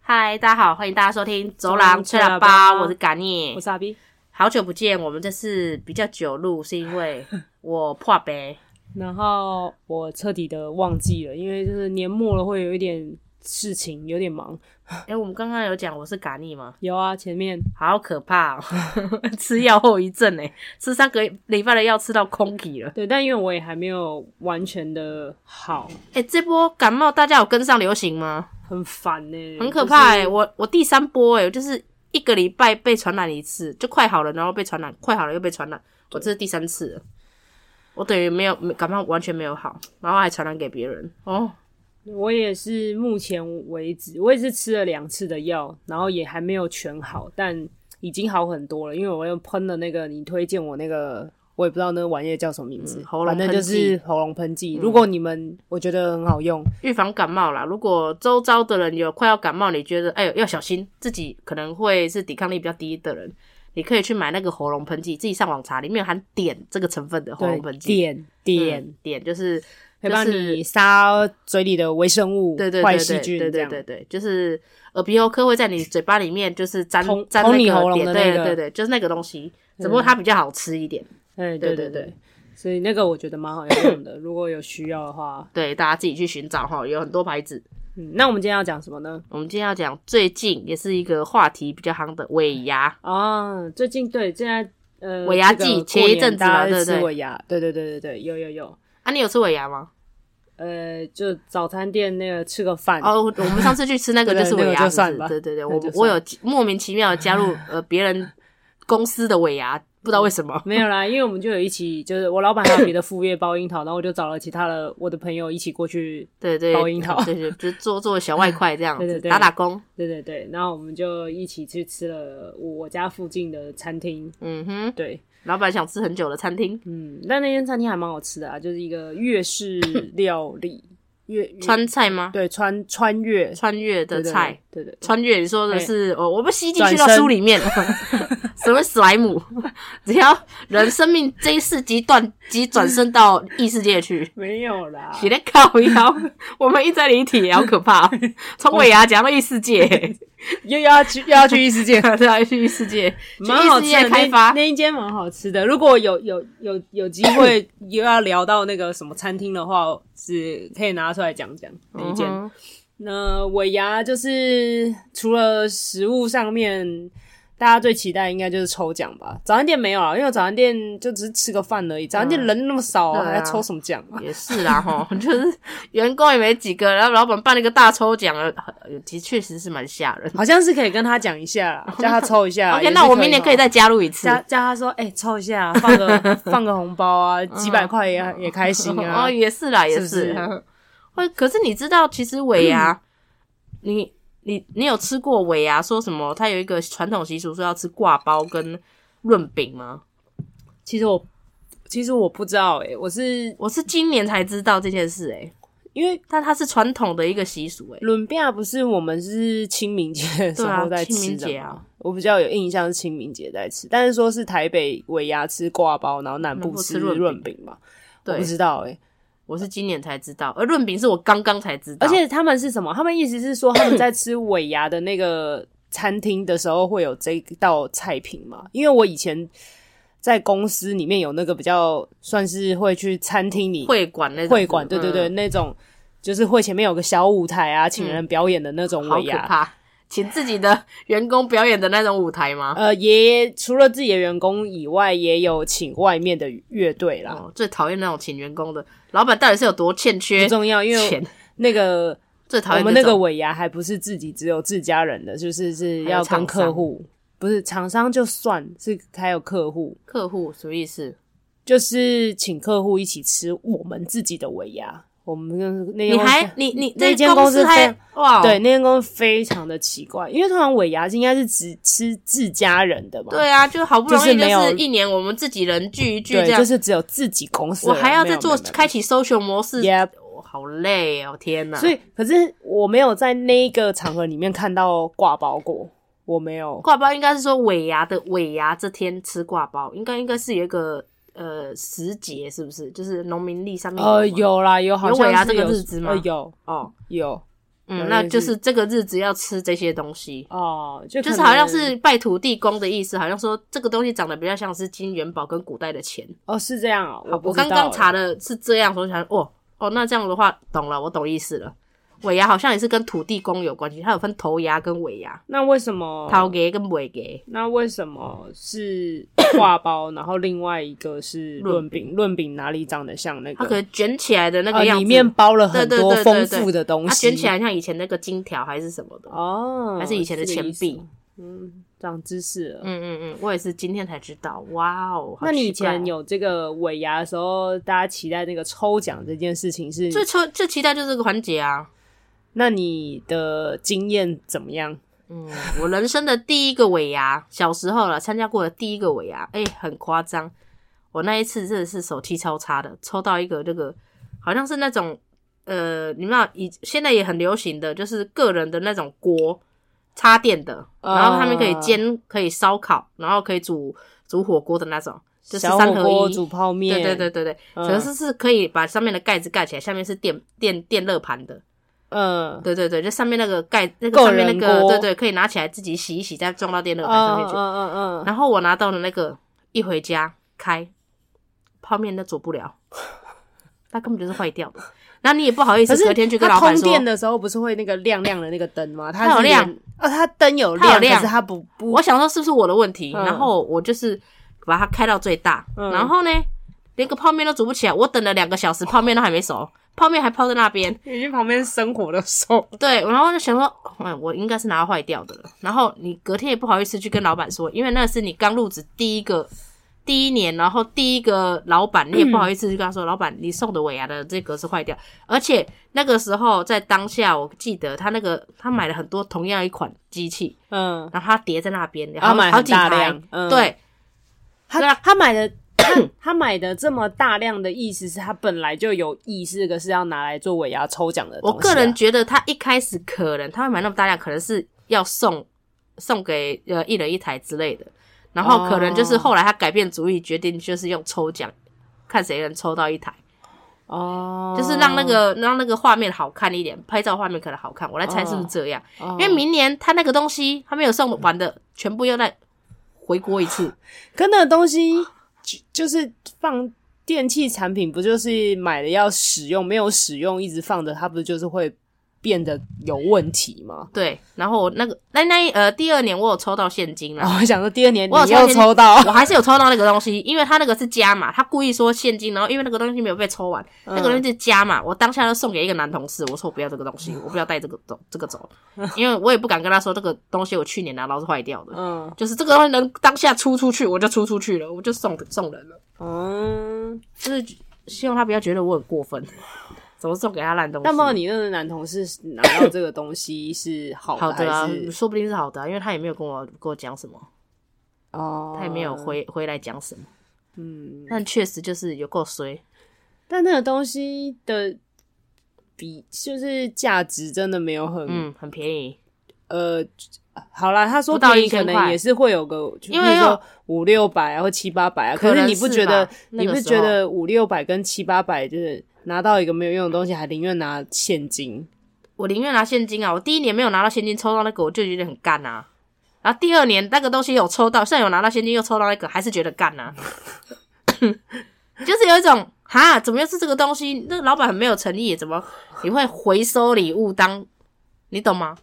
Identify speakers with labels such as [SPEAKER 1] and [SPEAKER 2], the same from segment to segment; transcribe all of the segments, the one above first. [SPEAKER 1] 嗨，大家好，欢迎大家收听《走廊吃喇
[SPEAKER 2] 走廊
[SPEAKER 1] 叭
[SPEAKER 2] 吃喇》，叭
[SPEAKER 1] 我是嘎聂
[SPEAKER 2] 我，是阿 B，
[SPEAKER 1] 好久不见。我们这次比较久录，是因 为我破杯，
[SPEAKER 2] 然后我彻底的忘记了，因为就是年末了，会有一点事情，有点忙。
[SPEAKER 1] 哎、我们刚刚有讲我是嘎聂吗？
[SPEAKER 2] 有啊，前面
[SPEAKER 1] 好可怕、哦， 吃药后遗症哎、吃三个礼拜的药吃到空体了。
[SPEAKER 2] 对，但因为我也还没有完全的好，
[SPEAKER 1] 哎、这波感冒大家有跟上流行吗？
[SPEAKER 2] 很烦呢、
[SPEAKER 1] 很可怕哎、
[SPEAKER 2] 就是
[SPEAKER 1] 我我第三波哎、我就是一个礼拜被传染一次，就快好了，然后被传染，快好了又被传染，我这是第三次了。我等于没有没感冒，完全没有好，然后还传染给别人哦。
[SPEAKER 2] 我也是目前为止，我也是吃了两次的药，然后也还没有全好，但已经好很多了。因为我又喷了那个你推荐我那个，我也不知道那个玩意儿叫什么名字，
[SPEAKER 1] 嗯喉咙
[SPEAKER 2] 反正
[SPEAKER 1] 喷
[SPEAKER 2] 就
[SPEAKER 1] 剂嗯
[SPEAKER 2] 是喉咙喷剂。如果你们我觉得很好用，
[SPEAKER 1] 预防感冒啦，如果周遭的人有快要感冒，你觉得哎呦要小心，自己可能会是抵抗力比较低的人，你可以去买那个喉咙喷剂，自己上网查，里面有含碘这个成分的喉
[SPEAKER 2] 对
[SPEAKER 1] 咙喷，剂。
[SPEAKER 2] 点点。
[SPEAKER 1] 嗯碘就是
[SPEAKER 2] 可以帮
[SPEAKER 1] 就是
[SPEAKER 2] 你杀嘴里的微生物、
[SPEAKER 1] 对对对
[SPEAKER 2] 坏
[SPEAKER 1] 对
[SPEAKER 2] 细菌，
[SPEAKER 1] 对
[SPEAKER 2] 这
[SPEAKER 1] 对
[SPEAKER 2] 样
[SPEAKER 1] 对对，就是耳鼻喉科会在你嘴巴里面就是粘
[SPEAKER 2] 通
[SPEAKER 1] 粘
[SPEAKER 2] 通
[SPEAKER 1] 那
[SPEAKER 2] 你
[SPEAKER 1] 个
[SPEAKER 2] 喉咙
[SPEAKER 1] 点，
[SPEAKER 2] 的
[SPEAKER 1] 对
[SPEAKER 2] 那个
[SPEAKER 1] 对对，就是那个东西，只不过它比较好吃一点，
[SPEAKER 2] 哎
[SPEAKER 1] 对对
[SPEAKER 2] 对对
[SPEAKER 1] 对
[SPEAKER 2] 对，所以那个我觉得蛮好用的。 如果有需要的话，
[SPEAKER 1] 对，大家自己去寻找哈，有很多牌子。
[SPEAKER 2] 嗯，那我们今天要讲什么呢？
[SPEAKER 1] 我们今天要讲最近也是一个话题比较夯的尾牙，
[SPEAKER 2] 啊，最近对现在呃
[SPEAKER 1] 尾牙
[SPEAKER 2] 这个
[SPEAKER 1] 季
[SPEAKER 2] 过
[SPEAKER 1] 前一
[SPEAKER 2] 年
[SPEAKER 1] 阵子嘛
[SPEAKER 2] 大家
[SPEAKER 1] 对
[SPEAKER 2] 在
[SPEAKER 1] 不对
[SPEAKER 2] 吃尾牙，对对对对对，有有有，
[SPEAKER 1] 啊，你有吃尾牙吗？
[SPEAKER 2] 呃，就早餐店那个吃个饭，
[SPEAKER 1] 哦，我们上次去吃那个
[SPEAKER 2] 对
[SPEAKER 1] 就是尾
[SPEAKER 2] 那个
[SPEAKER 1] 牙，
[SPEAKER 2] 就是
[SPEAKER 1] 不
[SPEAKER 2] 算
[SPEAKER 1] 是
[SPEAKER 2] 吧
[SPEAKER 1] 对对对，
[SPEAKER 2] 那
[SPEAKER 1] 我
[SPEAKER 2] 就算
[SPEAKER 1] 我有莫名其妙地加入呃别人公司的尾牙，不知道为什 么。
[SPEAKER 2] 没有啦，因为我们就有一起，就是我老板还有别的副业包樱桃，然后我就找了其他的我的朋友一起过去
[SPEAKER 1] 对对，
[SPEAKER 2] 包樱桃
[SPEAKER 1] 对对，就做做小外快这样
[SPEAKER 2] 对
[SPEAKER 1] 子，
[SPEAKER 2] 对对
[SPEAKER 1] 打打工。
[SPEAKER 2] 对对对，然后我们就一起去吃了我家附近的餐厅。
[SPEAKER 1] 嗯哼，
[SPEAKER 2] 对，
[SPEAKER 1] 老板想吃很久的餐厅，
[SPEAKER 2] 嗯，但那间餐厅还蛮好吃的啊，就是一个 粤式料理，粤粤
[SPEAKER 1] 川菜吗？
[SPEAKER 2] 对穿穿越
[SPEAKER 1] 穿越的菜，，
[SPEAKER 2] 对对对对
[SPEAKER 1] 穿越你说的是哦，我们吸进去到
[SPEAKER 2] 转身
[SPEAKER 1] 书里面， 什么史莱姆， 只要人生命这一世即断即转身到异世界 去。
[SPEAKER 2] 没有啦，
[SPEAKER 1] 你在靠腰，我们一直在离题，好可 怕！哦从尾牙讲到异世界，，
[SPEAKER 2] 又要去又要去异世界
[SPEAKER 1] 对啊，去异世界， 去
[SPEAKER 2] 蛮好
[SPEAKER 1] 异世
[SPEAKER 2] 吃
[SPEAKER 1] 界
[SPEAKER 2] 的
[SPEAKER 1] 开发
[SPEAKER 2] 那，那一间蛮好吃的。如果有有有有机 会又要聊到那个什么餐厅的话，是可以拿出来讲讲那一间。
[SPEAKER 1] 嗯哼
[SPEAKER 2] 那尾牙就是除了食物上面，大家最期待应该就是抽奖吧。早餐店没有啊，因为早餐店就只是吃个饭而已。早餐店人那么少、
[SPEAKER 1] 对啊
[SPEAKER 2] 还抽什么奖啊？
[SPEAKER 1] 也是啦，吼， 就是员工也没几个，然后老板办了一个大抽奖，呃其实确实是蛮吓人的。
[SPEAKER 2] 好像是可以跟他讲一下啦，叫他抽一 下。
[SPEAKER 1] OK，
[SPEAKER 2] 也是
[SPEAKER 1] 那我明年可以再加入一次
[SPEAKER 2] 加。加他说，哎、抽一下，放 个放个红包啊，几百块也、也开心啊
[SPEAKER 1] 哦，。也是 啦，也
[SPEAKER 2] 是不是
[SPEAKER 1] 会，可是你知道，其实尾牙，你你你有吃过尾牙？说什么？它有一个传统习俗，说要吃挂包跟润饼吗？
[SPEAKER 2] 其实我其实我不知道、哎，我是
[SPEAKER 1] 我是今年才知道这件事、欸，
[SPEAKER 2] 因为
[SPEAKER 1] 但它是传统的一个习俗、欸，
[SPEAKER 2] 伦比亚不是我们是清明节的时
[SPEAKER 1] 对啊
[SPEAKER 2] 候在
[SPEAKER 1] 清明
[SPEAKER 2] 吃的
[SPEAKER 1] 节
[SPEAKER 2] 吗
[SPEAKER 1] 啊
[SPEAKER 2] 我比较有印象是清明节在吃，但是说是台北尾牙吃挂包，然后南
[SPEAKER 1] 南
[SPEAKER 2] 部
[SPEAKER 1] 部吃
[SPEAKER 2] 吃
[SPEAKER 1] 润饼
[SPEAKER 2] 润饼嘛，我
[SPEAKER 1] 对
[SPEAKER 2] 不知道哎、
[SPEAKER 1] 我是今年才知道，而润饼是我刚刚才知道，
[SPEAKER 2] 而且他们是什么？他们意思是说他们在吃尾牙的那个餐厅的时候会有这道菜品嘛？因为我以前在公司里面有那个比较算是会去餐厅里
[SPEAKER 1] 会馆那种
[SPEAKER 2] 会馆，对对对，
[SPEAKER 1] 嗯
[SPEAKER 2] 那种就是会前面有个小舞台啊，请人表演的那种
[SPEAKER 1] 好
[SPEAKER 2] 尾
[SPEAKER 1] 可
[SPEAKER 2] 牙。
[SPEAKER 1] 怕。请自己的员工表演的那种舞台吗？
[SPEAKER 2] 呃，也除了自己的员工以外，也有请外面的乐队啦。
[SPEAKER 1] 哦，最讨厌那种请员工的，老板到底是有多欠缺
[SPEAKER 2] 不重要，因为
[SPEAKER 1] 哎钱？
[SPEAKER 2] 那个
[SPEAKER 1] 最讨
[SPEAKER 2] 我
[SPEAKER 1] 厌
[SPEAKER 2] 们
[SPEAKER 1] 这
[SPEAKER 2] 那个
[SPEAKER 1] 种
[SPEAKER 2] 尾牙还不是自己只有自家人的，就是是
[SPEAKER 1] 还有
[SPEAKER 2] 要
[SPEAKER 1] 厂
[SPEAKER 2] 跟
[SPEAKER 1] 商
[SPEAKER 2] 客户，不是厂商就算是还有客户，
[SPEAKER 1] 客户什么意思？
[SPEAKER 2] 就是请客户一起吃我们自己的尾牙。我们跟那
[SPEAKER 1] 你
[SPEAKER 2] 间公司嗯
[SPEAKER 1] 还你你
[SPEAKER 2] 那
[SPEAKER 1] 这
[SPEAKER 2] 间公司
[SPEAKER 1] 司
[SPEAKER 2] 非
[SPEAKER 1] 还哇
[SPEAKER 2] 对那间公司非常的奇怪，因为通常尾牙应该是只吃自家人的嘛，
[SPEAKER 1] 对啊，就好不容
[SPEAKER 2] 就
[SPEAKER 1] 易
[SPEAKER 2] 是
[SPEAKER 1] 就
[SPEAKER 2] 没有
[SPEAKER 1] 是一年我们自己人聚一聚这
[SPEAKER 2] 对，
[SPEAKER 1] 样
[SPEAKER 2] 就，是只有自己公司
[SPEAKER 1] 我
[SPEAKER 2] 的人，
[SPEAKER 1] 还要
[SPEAKER 2] 没有
[SPEAKER 1] 再做
[SPEAKER 2] 没有没有
[SPEAKER 1] 开启搜寻模式，
[SPEAKER 2] Yep
[SPEAKER 1] 我好累哦，天哪！
[SPEAKER 2] 所以，可是我没有在那一个场合里面看到挂包过，我没有。
[SPEAKER 1] 挂包应该是说尾牙的尾牙这天吃挂包，应该应该是有一个呃时节，是不是？就是农民历上面
[SPEAKER 2] 呃，
[SPEAKER 1] 有吗
[SPEAKER 2] 有啦，有好
[SPEAKER 1] 有尾牙
[SPEAKER 2] 像
[SPEAKER 1] 这
[SPEAKER 2] 是
[SPEAKER 1] 个
[SPEAKER 2] 有
[SPEAKER 1] 日子吗
[SPEAKER 2] 呃有
[SPEAKER 1] 哦，
[SPEAKER 2] 有，
[SPEAKER 1] 嗯，那就是这个日子要吃这些东西，
[SPEAKER 2] 哦，就
[SPEAKER 1] 就
[SPEAKER 2] 就是
[SPEAKER 1] 好像是拜土地公的意思，好像说这个东西长得比较像是金元宝跟古代的钱。
[SPEAKER 2] 哦，是这样哦。我不
[SPEAKER 1] 我
[SPEAKER 2] 知道
[SPEAKER 1] 刚刚
[SPEAKER 2] 欸
[SPEAKER 1] 查的是这样，所以想哦哦，那这样的话懂了，我懂意思了。尾牙好像也是跟土地公有关系，它有分头牙跟尾牙，
[SPEAKER 2] 那为什么
[SPEAKER 1] 头牙跟尾牙。
[SPEAKER 2] 那为什么是挂包，然后另外一个是
[SPEAKER 1] 润
[SPEAKER 2] 润饼？润饼哪里长得像那
[SPEAKER 1] 它可
[SPEAKER 2] 个？
[SPEAKER 1] 能卷起来的那个
[SPEAKER 2] 呃，
[SPEAKER 1] 样子，
[SPEAKER 2] 里面包了很
[SPEAKER 1] 对对
[SPEAKER 2] 多
[SPEAKER 1] 对对
[SPEAKER 2] 丰
[SPEAKER 1] 对
[SPEAKER 2] 富的东
[SPEAKER 1] 它
[SPEAKER 2] 西。
[SPEAKER 1] 卷起来像以前那个金条还是什么的，
[SPEAKER 2] 哦，
[SPEAKER 1] 还是以前的
[SPEAKER 2] 这个
[SPEAKER 1] 钱
[SPEAKER 2] 意思
[SPEAKER 1] 币。
[SPEAKER 2] 嗯，长知识了。
[SPEAKER 1] 嗯嗯嗯，我也是今天才知道，哇哦！好
[SPEAKER 2] 那你以
[SPEAKER 1] 奇怪
[SPEAKER 2] 前有这个尾牙的时候，大家期待那个抽奖这件事情是？
[SPEAKER 1] 最抽最期待就是这个环节啊。
[SPEAKER 2] 那你的经验怎么样？
[SPEAKER 1] 嗯，我人生的第一个尾牙，小时候了参加过的第一个尾牙，哎、很夸张。我那一次真的是手气超差的，抽到一个这个好像是那种呃，你们知道以现在也很流行的，就是个人的那种锅插电的，
[SPEAKER 2] 哦
[SPEAKER 1] 然后他们可以煎、可以烧烤，然后可以煮煮火锅的那种，就是
[SPEAKER 2] 小
[SPEAKER 1] 三
[SPEAKER 2] 火
[SPEAKER 1] 合
[SPEAKER 2] 锅
[SPEAKER 1] 一。
[SPEAKER 2] 煮泡面，
[SPEAKER 1] 对对对，对对，
[SPEAKER 2] 嗯
[SPEAKER 1] 可是是可以把上面的盖子盖起来，下面是电电电热盘的。
[SPEAKER 2] 嗯，
[SPEAKER 1] 对对对，就上面那个盖，那个
[SPEAKER 2] 个
[SPEAKER 1] 上面那
[SPEAKER 2] 人
[SPEAKER 1] 个，
[SPEAKER 2] 锅
[SPEAKER 1] 对对，可以拿起来自己洗一洗，再装到电热
[SPEAKER 2] 嗯
[SPEAKER 1] 盘上面
[SPEAKER 2] 嗯
[SPEAKER 1] 去。
[SPEAKER 2] 嗯嗯嗯，
[SPEAKER 1] 然后我拿到了那个，一回家开泡面都煮不了， 它根本就是坏掉的。然后你也不好意思
[SPEAKER 2] 可是
[SPEAKER 1] 隔天去跟
[SPEAKER 2] 它
[SPEAKER 1] 老板
[SPEAKER 2] 通
[SPEAKER 1] 说
[SPEAKER 2] 电，的时候不是会那个亮亮的那个灯吗？它
[SPEAKER 1] 它有
[SPEAKER 2] 是
[SPEAKER 1] 亮
[SPEAKER 2] 连，哦，它灯有
[SPEAKER 1] 它有
[SPEAKER 2] 亮，
[SPEAKER 1] 亮
[SPEAKER 2] 可是它不不，
[SPEAKER 1] 我想说是不是我的问题，
[SPEAKER 2] 嗯
[SPEAKER 1] 然后我就是把它开到最大，
[SPEAKER 2] 嗯
[SPEAKER 1] 然后呢，连个泡面都煮不起来，我等了两个小时，泡面都还没熟，泡面还泡在那边。
[SPEAKER 2] 你去旁边生火的手，
[SPEAKER 1] 对，然后就想说，嗯，我应该是拿到坏掉的了。然后你隔天也不好意思去跟老板说，因为那是你刚入职第一个第一年，然后第一个老板，你也不好意思去跟他说，老板，你送的尾牙的这个是坏掉。而且那个时候在当下，我记得他那个他买了很多同样一款机器，
[SPEAKER 2] 嗯，
[SPEAKER 1] 然后他叠在那边，然
[SPEAKER 2] 然后
[SPEAKER 1] 后
[SPEAKER 2] 买
[SPEAKER 1] 好
[SPEAKER 2] 很
[SPEAKER 1] 几
[SPEAKER 2] 大
[SPEAKER 1] 台
[SPEAKER 2] 量，，嗯，
[SPEAKER 1] 对，对
[SPEAKER 2] 他
[SPEAKER 1] 啊
[SPEAKER 2] 他买的。他他买的这么大量的意思是他本来就有意思，这个是要拿来做尾牙抽奖的东
[SPEAKER 1] 我
[SPEAKER 2] 西啊、
[SPEAKER 1] 个人觉得他一开始可能他会买那么大量，可能是要送送给呃一人一台之类的，然后可能就是
[SPEAKER 2] 哦
[SPEAKER 1] 后来他改变主意，决定就是用抽奖，看谁能抽到一台，
[SPEAKER 2] 哦，
[SPEAKER 1] 就是让那个让那个画面好看一点，拍照画面可能好看。我来猜是不是这样？
[SPEAKER 2] 哦，
[SPEAKER 1] 因为明年他那个东西他没有送完的，全部又再回锅一 次。
[SPEAKER 2] 可那个东西就就是放电器产品，不就是买了要使用，没有使用一直放着，它不就是会变得有问题吗？
[SPEAKER 1] 对，然后我那个那那一呃第二年我有抽到现金啦
[SPEAKER 2] 然。后我想说，第二年
[SPEAKER 1] 我有
[SPEAKER 2] 你又
[SPEAKER 1] 抽签
[SPEAKER 2] 抽到，
[SPEAKER 1] 我还是有抽到那个东西，因为他那个是加码，他故意说现金，然后因为那个东西没有被抽完，那
[SPEAKER 2] 嗯
[SPEAKER 1] 个东西是加码，我当下就送给一个男同事，我说我不要这个东
[SPEAKER 2] 嗯
[SPEAKER 1] 西，我不要带这个走这个走，因为我也不敢跟他说这个东西我去年拿到是坏掉的，
[SPEAKER 2] 嗯
[SPEAKER 1] 就是这个东西能当下出出去，我就出出去了，我就送送人了，
[SPEAKER 2] 嗯。
[SPEAKER 1] 就是希望他不要觉得我很过分， 怎么送给他烂东西？
[SPEAKER 2] 那么你那个男同事拿到这个东西是好
[SPEAKER 1] 好
[SPEAKER 2] 的
[SPEAKER 1] 的啊
[SPEAKER 2] 还是，
[SPEAKER 1] 说不定是好的啊、因为他也没有跟我跟我讲什么，
[SPEAKER 2] 哦，
[SPEAKER 1] 他也没有回回来讲什么，
[SPEAKER 2] 嗯，
[SPEAKER 1] 但确实就是有够衰。
[SPEAKER 2] 但那个东西的比就是价值真的没有很、
[SPEAKER 1] 嗯，很便宜，
[SPEAKER 2] 呃，好啦，他说
[SPEAKER 1] 不到
[SPEAKER 2] 便宜
[SPEAKER 1] 1000
[SPEAKER 2] 可能
[SPEAKER 1] 块
[SPEAKER 2] 也是会有个，就
[SPEAKER 1] 因
[SPEAKER 2] 比
[SPEAKER 1] 为
[SPEAKER 2] 如
[SPEAKER 1] 要
[SPEAKER 2] 说五六百啊或七八百啊，
[SPEAKER 1] 可
[SPEAKER 2] 可是
[SPEAKER 1] 能
[SPEAKER 2] 你不
[SPEAKER 1] 是
[SPEAKER 2] 觉得
[SPEAKER 1] 吧
[SPEAKER 2] 你
[SPEAKER 1] 那个
[SPEAKER 2] 不
[SPEAKER 1] 时
[SPEAKER 2] 觉
[SPEAKER 1] 候
[SPEAKER 2] 得五六百跟七八百就是拿到一个没有用的东西，还宁愿拿现金？
[SPEAKER 1] 我宁愿拿现金啊！我第一年没有拿到现金，抽到那个我就觉得很干啊。然后第二年那个东西有抽到，虽然有拿到现金，又抽到那个，还是觉得干啊。 就是有一种哈，怎么又是这个东西？那个老板很没有诚意，怎么你会回收礼物当？你懂吗？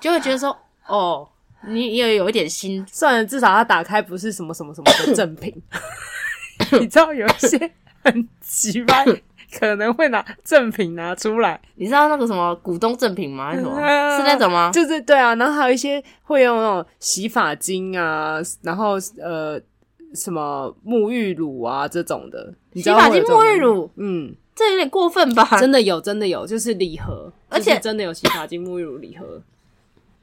[SPEAKER 1] 就会觉得说，哦，你也有一点心
[SPEAKER 2] 算了，至少他打开不是什么什么什么的赠 品。 你知道有一些很奇葩，可能会拿赠品拿出来，
[SPEAKER 1] 你知道那个什么股东赠品吗？还是什么？是那种吗？
[SPEAKER 2] 就是对啊，然后还有一些会用那种洗发精啊，然后呃什么沐浴乳啊这种的，你
[SPEAKER 1] 洗
[SPEAKER 2] 知道
[SPEAKER 1] 发
[SPEAKER 2] 会
[SPEAKER 1] 精、
[SPEAKER 2] 有这种
[SPEAKER 1] 沐
[SPEAKER 2] 东
[SPEAKER 1] 浴
[SPEAKER 2] 西，
[SPEAKER 1] 乳，
[SPEAKER 2] 嗯，
[SPEAKER 1] 这有点过分吧？
[SPEAKER 2] 真的有，真的有，就是礼盒，
[SPEAKER 1] 而且
[SPEAKER 2] 就是真的有洗发精、沐浴乳礼盒，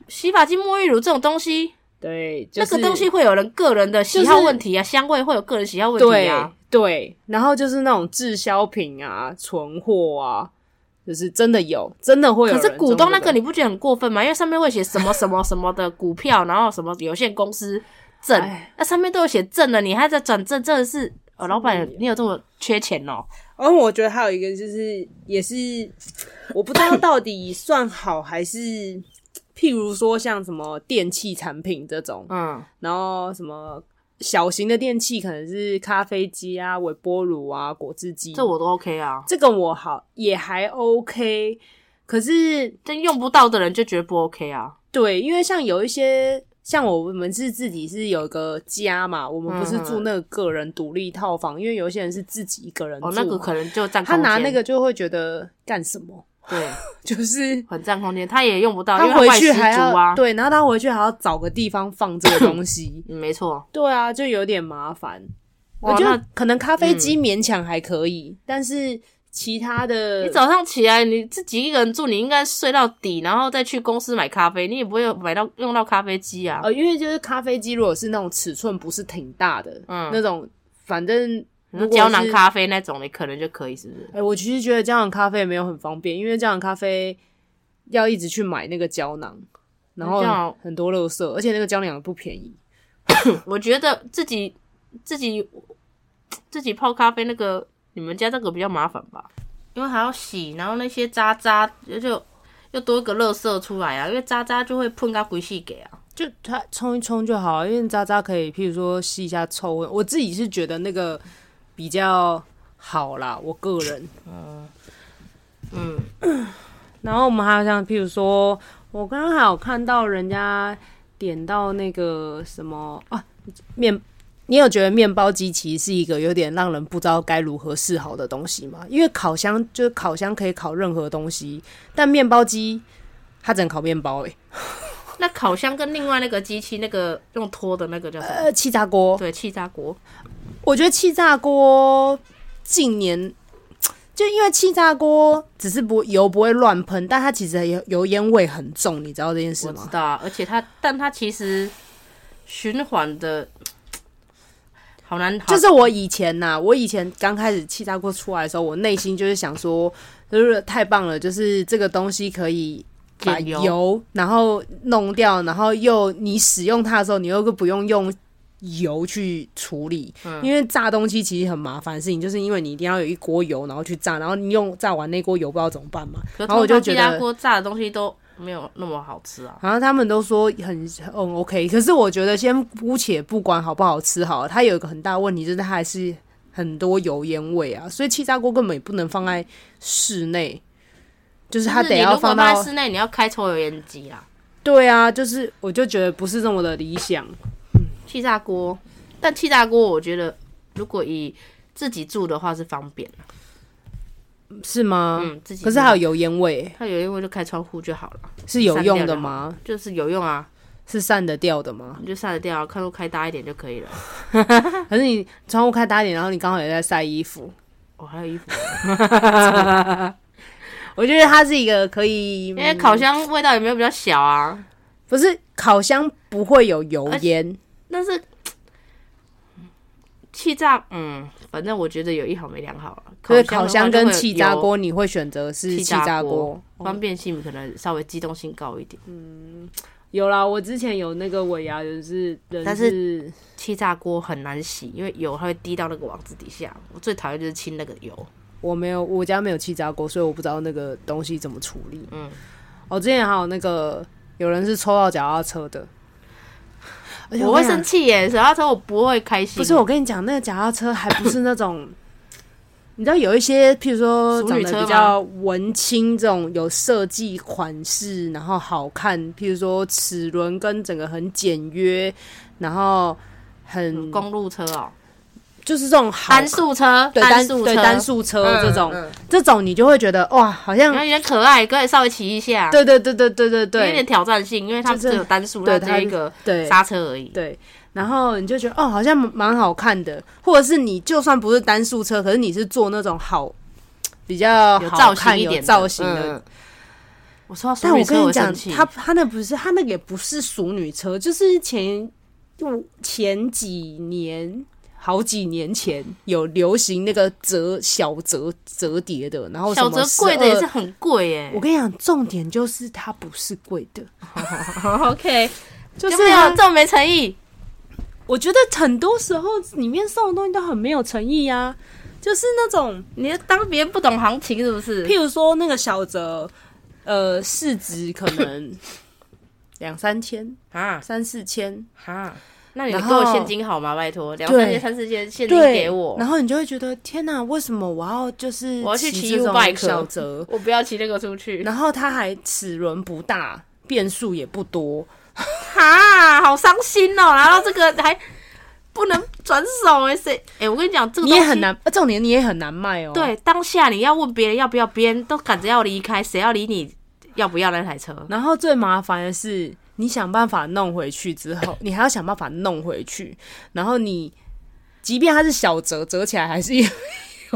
[SPEAKER 1] 洗发精、沐浴乳这种东西，
[SPEAKER 2] 对，就
[SPEAKER 1] 那
[SPEAKER 2] 是、
[SPEAKER 1] 个东西会有人个人的喜好问题啊，香味会有个人喜好问题
[SPEAKER 2] 对
[SPEAKER 1] 啊。
[SPEAKER 2] 对，然后就是那种滞销品啊、存货啊，就是真的有，真的会
[SPEAKER 1] 可
[SPEAKER 2] 有人
[SPEAKER 1] 是
[SPEAKER 2] 中这。
[SPEAKER 1] 股东那个你不觉得很过分吗？因为上面会写什么什么什么的股票，然后什么有限公司证
[SPEAKER 2] 哎，
[SPEAKER 1] 那上面都有写证了，你还在转正，真的是哦，老板，你有这么缺钱哦？
[SPEAKER 3] 然后我觉得还有一个就是，也是我不知道到底算好还是，譬如说像什么电器产品这种，
[SPEAKER 1] 嗯，
[SPEAKER 3] 然后什么小型的电器可能是咖啡机啊、微波炉啊、果汁机，
[SPEAKER 1] 这我都 OK 啊。
[SPEAKER 3] 这个我好也还 OK，可是
[SPEAKER 1] 但用不到的人就觉得不 OK 啊。
[SPEAKER 3] 对，因为像有一些。像我们是自己是有个家嘛，我们不
[SPEAKER 1] 嗯
[SPEAKER 3] 是住那个个人独立套房，因为有一些人是自己一个人住
[SPEAKER 1] 哦
[SPEAKER 3] 嘛，，
[SPEAKER 1] 那个可能就占
[SPEAKER 3] 他
[SPEAKER 1] 空间。
[SPEAKER 3] 拿那个就会觉得干什么，
[SPEAKER 1] 对，
[SPEAKER 3] 就是
[SPEAKER 1] 很占空间，他也用不啊到，因为
[SPEAKER 3] 他
[SPEAKER 1] 它
[SPEAKER 3] 回
[SPEAKER 1] 外
[SPEAKER 3] 去
[SPEAKER 1] 食
[SPEAKER 3] 还
[SPEAKER 1] 族
[SPEAKER 3] 要、
[SPEAKER 1] 啊。，
[SPEAKER 3] 对，然后他回去还要找个地方放这个东西
[SPEAKER 1] 嗯，没错。
[SPEAKER 3] 对啊，就有点麻烦。
[SPEAKER 1] 哇
[SPEAKER 3] 我觉
[SPEAKER 1] 那
[SPEAKER 3] 得可能咖啡机勉强还可以，但是其他的
[SPEAKER 1] 你早上起来你自己一个人住，你应该睡到底，然后再去公司买咖啡，你也不会有买到用到咖啡机啊。
[SPEAKER 3] 呃，因为就是咖啡机如果是那种尺寸不是挺大的，
[SPEAKER 1] 嗯
[SPEAKER 3] 那种反正
[SPEAKER 1] 你
[SPEAKER 3] 如
[SPEAKER 1] 说
[SPEAKER 3] 果
[SPEAKER 1] 胶囊
[SPEAKER 3] 是
[SPEAKER 1] 咖啡那种的，可能就可以，是不是？
[SPEAKER 3] 哎、我其实觉得胶囊咖啡也没有很方便，因为胶囊咖啡要一直去买那个胶囊，然后
[SPEAKER 1] 这样
[SPEAKER 3] 很多垃圾，而且那个胶囊也不便宜。
[SPEAKER 1] 我觉得自己自己自己泡咖啡那个，你们家那个比较麻烦吧，因为还要洗，然后那些渣渣就又多一个垃圾出来啊，因为渣渣就会碰到鬼戏给啊。
[SPEAKER 2] 就它冲一冲就好，因为渣渣可以，譬如说吸一下臭味。我自己是觉得那个比较好啦，我个人。
[SPEAKER 1] 嗯，
[SPEAKER 2] 然后我们还有像譬如说，我刚刚还有看到人家点到那个什么啊面，你有觉得面包机其实是一个有点让人不知道该如何是好的东西吗？因为烤箱就是烤箱可以烤任何东西，但面包机它只能烤面包欸诶、
[SPEAKER 1] 那烤箱跟另外那个机器，那个用拖的那个叫什么？
[SPEAKER 2] 呃，气炸锅
[SPEAKER 1] 对，气炸锅。
[SPEAKER 2] 我觉得气炸锅近年就因为气炸锅只是不油不会乱喷，但它其实油油烟味很重，你知道这件事
[SPEAKER 1] 我知
[SPEAKER 2] 吗？
[SPEAKER 1] 道啊，而且它，但它其实循环的好难，好
[SPEAKER 2] 就是我以前呐、我以前刚开始气炸锅出来的时候，我内心就是想说，就是太棒了，就是这个东西可以把
[SPEAKER 1] 减油
[SPEAKER 2] 油然后弄掉，然后又你使用它的时候，你又不用用油去处理，因为炸东西其实很麻烦的事情，就是因为你一定要有一锅油，然后去炸，然后你用炸完那锅油不知道怎么办嘛，
[SPEAKER 1] 可
[SPEAKER 2] 然
[SPEAKER 1] 是
[SPEAKER 2] 后我就
[SPEAKER 1] 通常
[SPEAKER 2] 觉
[SPEAKER 1] 气炸
[SPEAKER 2] 得。
[SPEAKER 1] 锅炸的东西都没有那么好吃啊。
[SPEAKER 2] 好像他们都说很嗯 OK，可是我觉得先姑且不管好不好吃好了，它有一个很大问题就是它还是很多油烟味啊，所以气炸锅根本也不能放在室内，就是
[SPEAKER 1] 但
[SPEAKER 2] 它
[SPEAKER 1] 是
[SPEAKER 2] 得
[SPEAKER 1] 你
[SPEAKER 2] 要
[SPEAKER 1] 如果
[SPEAKER 2] 放
[SPEAKER 1] 放在
[SPEAKER 2] 到
[SPEAKER 1] 室内，你要开抽油烟机啊。
[SPEAKER 2] 对啊，就是我就觉得不是这么的理想，
[SPEAKER 1] 气炸锅，但气炸锅我觉得如果以自己住的话是方便的
[SPEAKER 2] 是吗？
[SPEAKER 1] 嗯，自己
[SPEAKER 2] 可是还有油烟味
[SPEAKER 1] 它有因为就开窗户就好了，
[SPEAKER 2] 是有用的
[SPEAKER 1] 散
[SPEAKER 2] 吗？
[SPEAKER 1] 就是有用啊，
[SPEAKER 2] 是散得掉的吗？
[SPEAKER 1] 你就晒得掉啊，看路开大一点就可以了。
[SPEAKER 2] 还是你窗户开大一点，然后你刚好也在晒衣服？
[SPEAKER 1] 我、哦、还有衣服，
[SPEAKER 2] 我觉得它是一个可以，
[SPEAKER 1] 因为烤箱味道有没有比较小啊？
[SPEAKER 2] 不是烤箱不会有油烟。
[SPEAKER 1] 但是嗯气炸，嗯，反正我觉得有一好没两好了。
[SPEAKER 2] 就是
[SPEAKER 1] 烤
[SPEAKER 2] 烤
[SPEAKER 1] 箱
[SPEAKER 2] 箱
[SPEAKER 1] 的话就
[SPEAKER 2] 跟
[SPEAKER 1] 会有
[SPEAKER 2] 气炸锅，你会选择是
[SPEAKER 1] 气
[SPEAKER 2] 气炸
[SPEAKER 1] 锅
[SPEAKER 2] 锅。，
[SPEAKER 1] 方便性可能稍微机动性高一点。
[SPEAKER 2] 有啦，我之前有那个尾牙，就是人
[SPEAKER 1] 但
[SPEAKER 2] 是
[SPEAKER 1] 气炸锅很难洗，因为油它会滴到那个网子底下。我最讨厌就是清那个油。
[SPEAKER 2] 我没有，我家没有气炸锅，所以我不知道那个东西怎么处理。
[SPEAKER 1] 嗯
[SPEAKER 2] 嗯，我、之前还有那个有人是抽到脚踏 车的，而且
[SPEAKER 1] 哎我
[SPEAKER 2] 跟
[SPEAKER 1] 会
[SPEAKER 2] 你讲
[SPEAKER 1] 生气耶，脚踏车我不会开心。
[SPEAKER 2] 不是我跟你讲，那个脚踏车还不是那种。你知道有一些，譬如说
[SPEAKER 1] 淑
[SPEAKER 2] 长
[SPEAKER 1] 女
[SPEAKER 2] 得
[SPEAKER 1] 车
[SPEAKER 2] 比
[SPEAKER 1] 吗
[SPEAKER 2] 较文青，这种有设计款式，然后好看，譬如说齿轮跟整个很简约，然后很
[SPEAKER 1] 公路车哦，
[SPEAKER 2] 就是这种好
[SPEAKER 1] 单数车，
[SPEAKER 2] 对单
[SPEAKER 1] 数车，
[SPEAKER 2] 对单数车
[SPEAKER 1] 嗯
[SPEAKER 2] 这种，
[SPEAKER 1] 嗯
[SPEAKER 2] 这种你就会觉得哇，好像
[SPEAKER 1] 然后有点可爱，可以稍微骑一下，
[SPEAKER 2] 对对对对对对
[SPEAKER 1] 有点
[SPEAKER 2] 对
[SPEAKER 1] 挑战性，因为它
[SPEAKER 2] 就是
[SPEAKER 1] 只有单数，
[SPEAKER 2] 对
[SPEAKER 1] 它只有一个
[SPEAKER 2] 对
[SPEAKER 1] 刹车而已。
[SPEAKER 2] 对，然后你就觉得哦，好像蛮好看的，或者是你就算不是单数车，可是你是坐那种好比较
[SPEAKER 1] 有
[SPEAKER 2] 哦好
[SPEAKER 1] 造型
[SPEAKER 2] 看
[SPEAKER 1] 一
[SPEAKER 2] 有
[SPEAKER 1] 点的，
[SPEAKER 2] 造型的。
[SPEAKER 1] 嗯嗯我说到淑
[SPEAKER 2] 但
[SPEAKER 1] 女
[SPEAKER 2] 我
[SPEAKER 1] 车，
[SPEAKER 2] 跟你
[SPEAKER 1] 会
[SPEAKER 2] 讲
[SPEAKER 1] 生，气。
[SPEAKER 2] 他他那不是他那个也不是熟女车，就是前就前几年。好几年前有流行那个折小折折叠的，然后什
[SPEAKER 1] 小
[SPEAKER 2] 么
[SPEAKER 1] 泽贵的也
[SPEAKER 2] 12
[SPEAKER 1] 是很贵耶
[SPEAKER 2] 我跟你讲，重点就是它 不是贵的，
[SPEAKER 1] ，OK，
[SPEAKER 2] 就是啊
[SPEAKER 1] 没有
[SPEAKER 2] 它
[SPEAKER 1] 这么没诚意。
[SPEAKER 2] 我觉得很多时候里面送的东西都很没有诚意啊，就是那种
[SPEAKER 1] 你是当别人不懂行情是不是？
[SPEAKER 2] 譬如说那个小泽，呃，市值可 能两三千、
[SPEAKER 1] 啊
[SPEAKER 2] 三四千，
[SPEAKER 1] 啊，那你
[SPEAKER 2] 然
[SPEAKER 1] 给我
[SPEAKER 2] 后
[SPEAKER 1] 现金好吗？拜托，两三千、三四千现金给我，
[SPEAKER 2] 然后你就会觉得天哪，为什么我要就是
[SPEAKER 1] 我要去
[SPEAKER 2] 骑
[SPEAKER 1] 骑
[SPEAKER 2] 这种
[SPEAKER 1] U-bike
[SPEAKER 2] 小泽？
[SPEAKER 1] 我不要骑那个出去。
[SPEAKER 2] 然后它还齿轮不大，变数也不多，
[SPEAKER 1] 哈，好伤心哦！然后这个还不能转手哎、谁哎、我跟你讲，这个
[SPEAKER 2] 你也
[SPEAKER 1] 东西
[SPEAKER 2] 很难，呃重点你也很难卖哦。，
[SPEAKER 1] 对当下你要问别人要不要，别人都赶着要离开，谁要理你要不要那台车？
[SPEAKER 2] 然后最麻烦的是，你想办法弄回去之后，你还要想办法弄回去，然后你即便它是小折折起来，还是有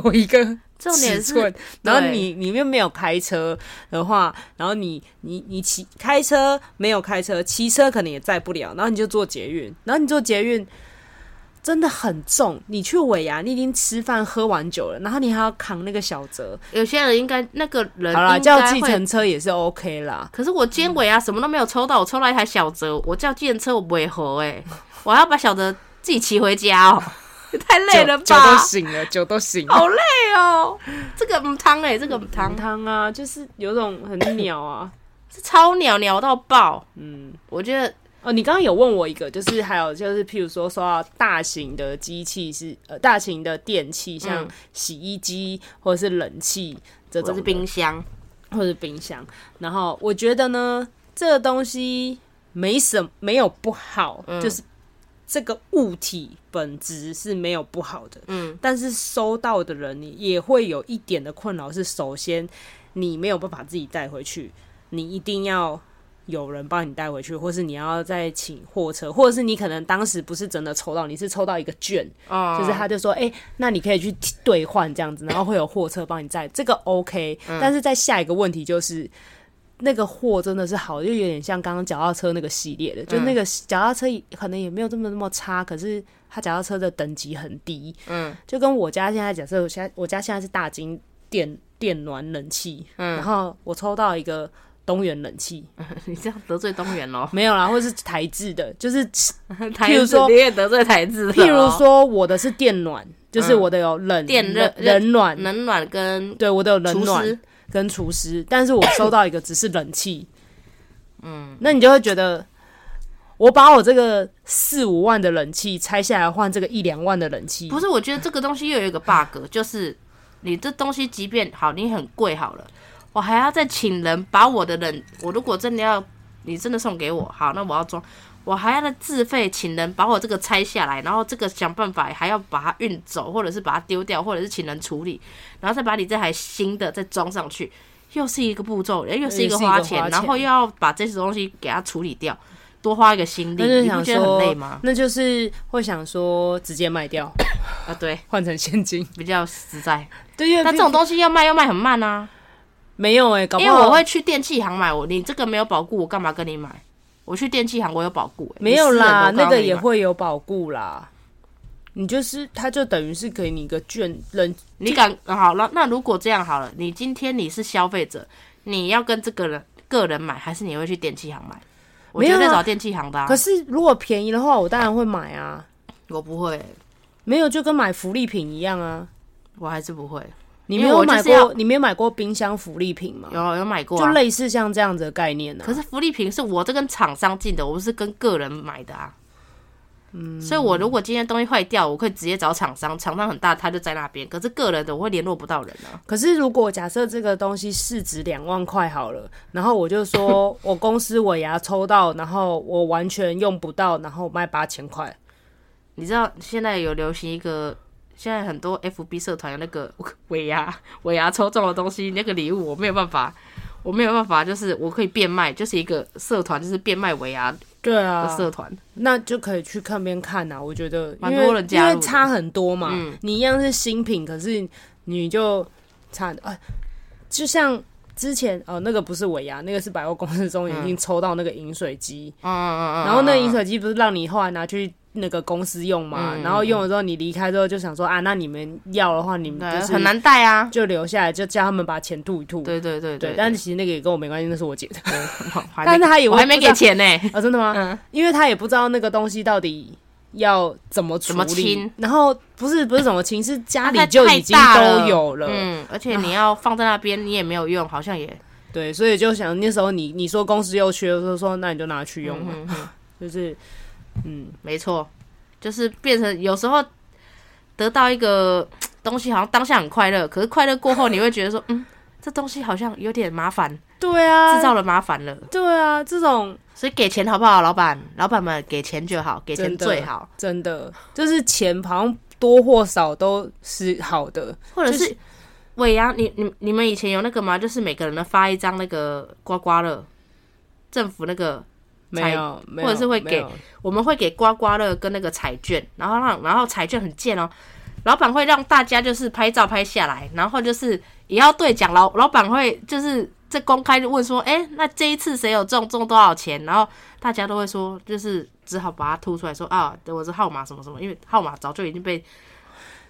[SPEAKER 2] 有一个
[SPEAKER 1] 重
[SPEAKER 2] 尺
[SPEAKER 1] 点是
[SPEAKER 2] 寸，然后你你又没有开车的话，然后你你你骑开车没有开车，骑车可能也载不了，然后你就坐捷运，然后你坐捷运真的很重。你去尾牙，你已经吃饭喝完酒了，然后你还要扛那个小折，
[SPEAKER 1] 有些人应该那个人
[SPEAKER 2] 好
[SPEAKER 1] 应
[SPEAKER 2] 啦，
[SPEAKER 1] 该
[SPEAKER 2] 叫计
[SPEAKER 1] 会
[SPEAKER 2] 程车也是 OK 啦。
[SPEAKER 1] 可是我尖尾啊，什么都没有抽到，我抽到一台小折，我叫计程车我不会合 哎、我还要把小折自己骑回家哦， 太累了
[SPEAKER 2] 酒酒都
[SPEAKER 1] 吧，
[SPEAKER 2] 醒了，酒都醒了。
[SPEAKER 1] 好累哦，这个母汤哎，这个母汤
[SPEAKER 2] 汤啊，就是有种很鸟啊。
[SPEAKER 1] 是超鸟鸟到爆，嗯，我觉得
[SPEAKER 2] 哦，你刚刚有问我一个，就是还有就是，譬如说说到大型的机器是呃大型的电器，像
[SPEAKER 1] 嗯
[SPEAKER 2] 洗衣机或者是冷气这
[SPEAKER 1] 我
[SPEAKER 2] 种
[SPEAKER 1] 是
[SPEAKER 2] 的，
[SPEAKER 1] 冰箱，
[SPEAKER 2] 或者冰箱。然后我觉得呢，这个东西没什么没有不好，
[SPEAKER 1] 嗯
[SPEAKER 2] 就是这个物体本质是没有不好的，
[SPEAKER 1] 嗯，
[SPEAKER 2] 但是收到的人你也会有一点的困扰，是首先你没有办法自己带回去，你一定要。有人帮你带回去，或是你要再请货车，或者是你可能当时不是真的抽到，你是抽到一个券，
[SPEAKER 1] 哦，
[SPEAKER 2] 就是他就说，哎、那你可以去兑换这样子，然后会有货车帮你载，这个 OK、但
[SPEAKER 1] 嗯
[SPEAKER 2] 是在下一个问题就是，那个货真的是好，就有点像刚刚脚踏车那个系列的，
[SPEAKER 1] 嗯
[SPEAKER 2] 就那个脚踏车可能也没有这么那么差，可是它脚踏车的等级很低，
[SPEAKER 1] 嗯，
[SPEAKER 2] 就跟我家现在假设我现在我家现在是大金电电暖冷气，嗯，然后我抽到一个东元冷气，，
[SPEAKER 1] 你这样得罪东元哦喽
[SPEAKER 2] 没有啦，或是台制的， 就是
[SPEAKER 1] 台
[SPEAKER 2] 如
[SPEAKER 1] 子
[SPEAKER 2] 说
[SPEAKER 1] 你也得罪台哦子，
[SPEAKER 2] 譬如。说我的是电暖，就是我的有
[SPEAKER 1] 嗯
[SPEAKER 2] 冷
[SPEAKER 1] 电热
[SPEAKER 2] 冷冷暖。
[SPEAKER 1] 冷暖跟
[SPEAKER 2] 对我都有冷
[SPEAKER 1] 厨
[SPEAKER 2] 暖
[SPEAKER 1] 师
[SPEAKER 2] 跟厨师，但是我收到一个只是冷气，嗯，那你就会觉得，我把我这个四五万的冷气拆下来换这个一两万的冷气，
[SPEAKER 1] 不是，我觉得这个东西又有一个 bug，就是 你这东西即便好，你很贵好了，我还要再请人把我的冷，我如果真的要你真的送给我，好，那我要装，我还要再自费请人把我这个拆下来，然后这个想办法还要把它运走，或者是把它丢掉，或者是请人处理，然后再把你这台新的再装上去，又是一个步骤，又是一个花钱，
[SPEAKER 2] 又是一个花钱
[SPEAKER 1] 然后又要把这些东西给它处理掉，多花一个心力，
[SPEAKER 2] 那就
[SPEAKER 1] 你不
[SPEAKER 2] 想
[SPEAKER 1] 觉得很
[SPEAKER 2] 说
[SPEAKER 1] 累吗？
[SPEAKER 2] 那就是会想说直接卖掉，
[SPEAKER 1] 啊，对，
[SPEAKER 2] 换成现金。
[SPEAKER 1] 比较实 在。
[SPEAKER 2] 对，因为
[SPEAKER 1] 但这种东西要卖要卖很慢啊，
[SPEAKER 2] 没有哎、搞
[SPEAKER 1] 因
[SPEAKER 2] 不
[SPEAKER 1] 为
[SPEAKER 2] 好
[SPEAKER 1] 我会去电器行买。我你这个没有保固，我干嘛跟你买？我去电器行我有保固、欸，
[SPEAKER 2] 没有啦，
[SPEAKER 1] 你私人的我干
[SPEAKER 2] 那
[SPEAKER 1] 嘛
[SPEAKER 2] 个
[SPEAKER 1] 跟你
[SPEAKER 2] 也
[SPEAKER 1] 买，
[SPEAKER 2] 会有保固啦。你就是，它就等于是给你一个券冷
[SPEAKER 1] 你敢好了？那如果这样好了，你今天你是消费者，你要跟这个人个人买，还是你会去电器行买？我
[SPEAKER 2] 没有
[SPEAKER 1] 绝
[SPEAKER 2] 啊
[SPEAKER 1] 对找电器行的、啊
[SPEAKER 2] 可，是如果便宜的话，我当然会买啊。
[SPEAKER 1] 我不会，
[SPEAKER 2] 没有就跟买福利品一样啊。
[SPEAKER 1] 我还是不会。
[SPEAKER 2] 你
[SPEAKER 1] 因
[SPEAKER 2] 没
[SPEAKER 1] 为
[SPEAKER 2] 有
[SPEAKER 1] 我就
[SPEAKER 2] 买
[SPEAKER 1] 是要
[SPEAKER 2] 过，你没有买过冰箱福利品吗？
[SPEAKER 1] 有有买过、
[SPEAKER 2] 就
[SPEAKER 1] 啊，
[SPEAKER 2] 类似像这样子的概念呢、啊
[SPEAKER 1] 可是福利品是我这跟厂商进的，我不是跟个人买的啊。嗯，所以我如果今天东西坏掉，我可以直接找厂商，厂商很大，他就在那边。可是个人的，我会联络不到人啊。
[SPEAKER 2] 可是如果假设这个东西市值两万块好了，然后我就说 我公司尾牙抽到，然后我完全用不到，然后卖八千块，
[SPEAKER 1] 你知道现在有流行一个，现在很多 FB 社团有那个尾牙尾牙抽中的东西，那个礼物我没有办法，我没有办法，就是我可以变卖，就是一个社团，就是变卖尾牙
[SPEAKER 2] 对
[SPEAKER 1] 的
[SPEAKER 2] 啊，
[SPEAKER 1] 社团。
[SPEAKER 2] 那就可以去看边看啊。我觉得因
[SPEAKER 1] 蛮
[SPEAKER 2] 为
[SPEAKER 1] 多人加入的嗯
[SPEAKER 2] 因为差很多嘛，你一样是新品，可是你就差啊，就像。之前哦，那个不是尾牙，那个是百货公司中已经抽到那个饮水机，
[SPEAKER 1] 嗯嗯嗯。
[SPEAKER 2] 然后那个
[SPEAKER 1] 嗯
[SPEAKER 2] 饮水机不是让你后来拿去那个公司用嘛？然后用了之后，你离开之后就想说啊，那你们要的话，你们
[SPEAKER 1] 对
[SPEAKER 2] 就是
[SPEAKER 1] 很，难带啊。
[SPEAKER 2] 就留下来，就叫他们把钱吐一吐。
[SPEAKER 1] 对对对
[SPEAKER 2] 对，但是其实那个也跟我没关系，那是我姐的
[SPEAKER 1] 但
[SPEAKER 2] 但是他以 为
[SPEAKER 1] 我还没
[SPEAKER 2] 不知
[SPEAKER 1] 给
[SPEAKER 2] 道
[SPEAKER 1] 钱呢、
[SPEAKER 2] 啊，真的吗？
[SPEAKER 1] 嗯
[SPEAKER 2] 因为他也不知道那个东西到底要怎么处
[SPEAKER 1] 么
[SPEAKER 2] 理
[SPEAKER 1] 清，
[SPEAKER 2] 然后不是不是怎么清，是家里
[SPEAKER 1] 它
[SPEAKER 2] 就
[SPEAKER 1] 太
[SPEAKER 2] 已经
[SPEAKER 1] 大
[SPEAKER 2] 都有了，
[SPEAKER 1] 嗯，而且你要放在那边，你也没有用，好像也
[SPEAKER 2] 对，所以就想那时候你你说公司又缺，就说那你就拿去用嘛，
[SPEAKER 1] 嗯嗯嗯
[SPEAKER 2] 就是嗯，
[SPEAKER 1] 没错，就是变成有时候得到一个东西，好像当下很快乐，可是快乐过后，你会觉得说，嗯，这东西好像有点麻烦，
[SPEAKER 2] 对啊，
[SPEAKER 1] 制造了麻烦了。
[SPEAKER 2] 对啊，这种
[SPEAKER 1] 所以给钱好不好，老板？老板们给钱就好，给钱
[SPEAKER 2] 真的
[SPEAKER 1] 最好，
[SPEAKER 2] 真的就是钱好像多或少都是好的，
[SPEAKER 1] 或者
[SPEAKER 2] 就是
[SPEAKER 1] 尾牙，你你你们以前有那个吗？就是每个人呢发一张那个刮刮乐，政府那个
[SPEAKER 2] 没
[SPEAKER 1] 才
[SPEAKER 2] 有，没
[SPEAKER 1] 或者
[SPEAKER 2] 有
[SPEAKER 1] 是会
[SPEAKER 2] 没
[SPEAKER 1] 给
[SPEAKER 2] 有
[SPEAKER 1] 我们会给刮刮乐跟那个彩券，然后让然后彩券很贱哦，老板会让大家就是拍照拍下来，然后就是也要兑奖，老老板会就是在公开就问说，哎、那这一次谁有中中多少钱？然后大家都会说，就是只好把它吐出来说啊，我是号码什么什么，因为号码早就已经被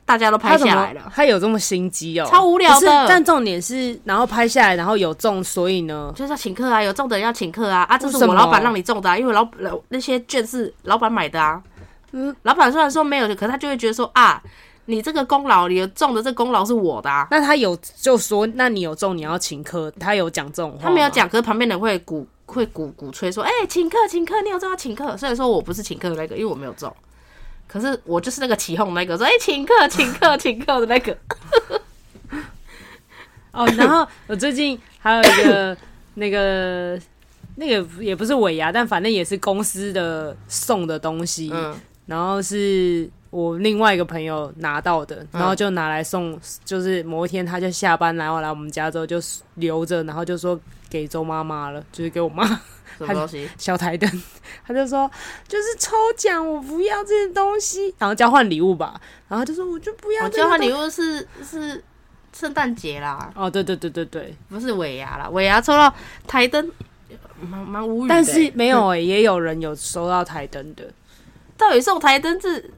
[SPEAKER 1] 大家都拍
[SPEAKER 2] 他怎
[SPEAKER 1] 下
[SPEAKER 2] 么
[SPEAKER 1] 来了，
[SPEAKER 2] 他有这么心机哦，
[SPEAKER 1] 超无聊
[SPEAKER 2] 不是
[SPEAKER 1] 的
[SPEAKER 2] 但重点是，然后拍下来，然后有中，所以呢，
[SPEAKER 1] 就是要请客啊，有中的人要请客啊，啊，这
[SPEAKER 2] 为什
[SPEAKER 1] 是
[SPEAKER 2] 么
[SPEAKER 1] 我老板让你中的、啊，因为老老那些券是老板买的啊。嗯，老板虽然说没有，可他就会觉得说啊，你这个功劳，你中的这功劳是我的啊。
[SPEAKER 2] 那他有就说，那你有中你要请客，他有讲这种话吗，
[SPEAKER 1] 他没有讲，可是旁边人会鼓会鼓鼓吹说，哎、请客请客，你有中要请客。虽然说我不是请客的那个，因为我没有中，可是我就是那个起哄那个说，哎、请客 请客请客的那个。
[SPEAKER 2] 哦。然后我最近还有一个那个 那个也不是尾牙，但反正也是公司的送的东西，
[SPEAKER 1] 嗯，
[SPEAKER 2] 然后是我另外一个朋友拿到的，
[SPEAKER 1] 嗯
[SPEAKER 2] 然后就拿来送，就是某一天他就下班然后来我们家之后就留着，然后就说给周妈妈了，就是给我妈。
[SPEAKER 1] 什么东西？
[SPEAKER 2] 小台灯， 他就说就是抽奖，我不要这些东西，然后交换礼物吧，然后他就说我就不要
[SPEAKER 1] 我
[SPEAKER 2] 这
[SPEAKER 1] 交换礼
[SPEAKER 2] 物。
[SPEAKER 1] 物是是圣诞节啦，
[SPEAKER 2] 哦，对对对对对，
[SPEAKER 1] 不是尾牙啦，尾牙抽到台灯，蛮蛮无语的欸。
[SPEAKER 2] 但是没有诶、也有人有收到台灯的。
[SPEAKER 1] 到底送台灯是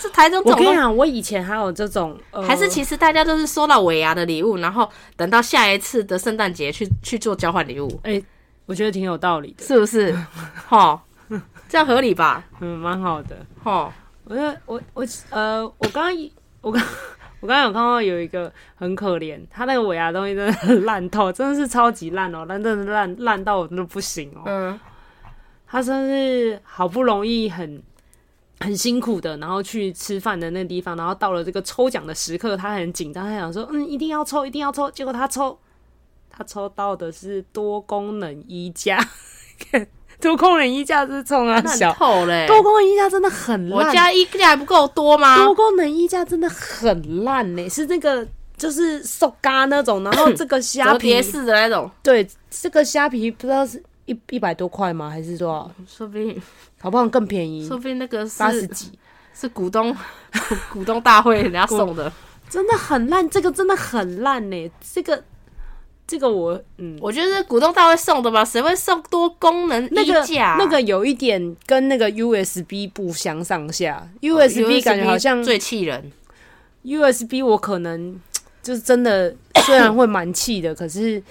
[SPEAKER 1] 是台灯这
[SPEAKER 2] 我
[SPEAKER 1] 种
[SPEAKER 2] 跟你
[SPEAKER 1] 东西，
[SPEAKER 2] 讲，我以前还有这种，呃、
[SPEAKER 1] 还是其实大家都是收到尾牙的礼物，然后等到下一次的圣诞节去去做交换礼物，
[SPEAKER 2] 我觉得挺有道理的，
[SPEAKER 1] 是不 是？吼，这样合理吧？
[SPEAKER 2] 嗯，蛮好的。
[SPEAKER 1] 吼，
[SPEAKER 2] 我就我我呃，我刚刚我刚我刚刚有看到有一个很可怜，他那个尾牙东西真的很烂透，真的是超级烂哦，烂真的是烂烂到我真的不行哦。
[SPEAKER 1] 嗯，
[SPEAKER 2] 他真是好不容易很很辛苦的，然后去吃饭的那个地方，然后到了这个抽奖的时刻，他很紧张，他想说，嗯，一定要抽，一定要抽，结果他抽，他抽到的是多功能衣架， 多功能衣架是冲啊
[SPEAKER 1] 烂
[SPEAKER 2] 小，
[SPEAKER 1] 透嘞、
[SPEAKER 2] 多功能衣架真的很
[SPEAKER 1] 我
[SPEAKER 2] 烂，
[SPEAKER 1] 家衣架还不够多吗？
[SPEAKER 2] 多功能衣架真的很烂呢、是那个。就是瘦嘎那种，然后这个虾
[SPEAKER 1] 折
[SPEAKER 2] 皮
[SPEAKER 1] 叠式的那种，
[SPEAKER 2] 对这个虾皮不知道是一一百多块吗，还是多少？
[SPEAKER 1] 说不定
[SPEAKER 2] 好不好更便宜，
[SPEAKER 1] 说不定那个
[SPEAKER 2] 嗯八十
[SPEAKER 1] 是
[SPEAKER 2] 几。
[SPEAKER 1] 是股东 股股东大会人家送的。
[SPEAKER 2] 真的很烂，这个真的很烂呢、这个，这个我，嗯，
[SPEAKER 1] 我觉得是股东大会送的吧，谁会送多功能
[SPEAKER 2] 那
[SPEAKER 1] 衣
[SPEAKER 2] 个
[SPEAKER 1] 架啊？
[SPEAKER 2] 那个有一点跟那个 USB 不相上下，USB 感觉好像
[SPEAKER 1] 最气人。
[SPEAKER 2] USB 我可能就是真的， 虽然会蛮气的，可是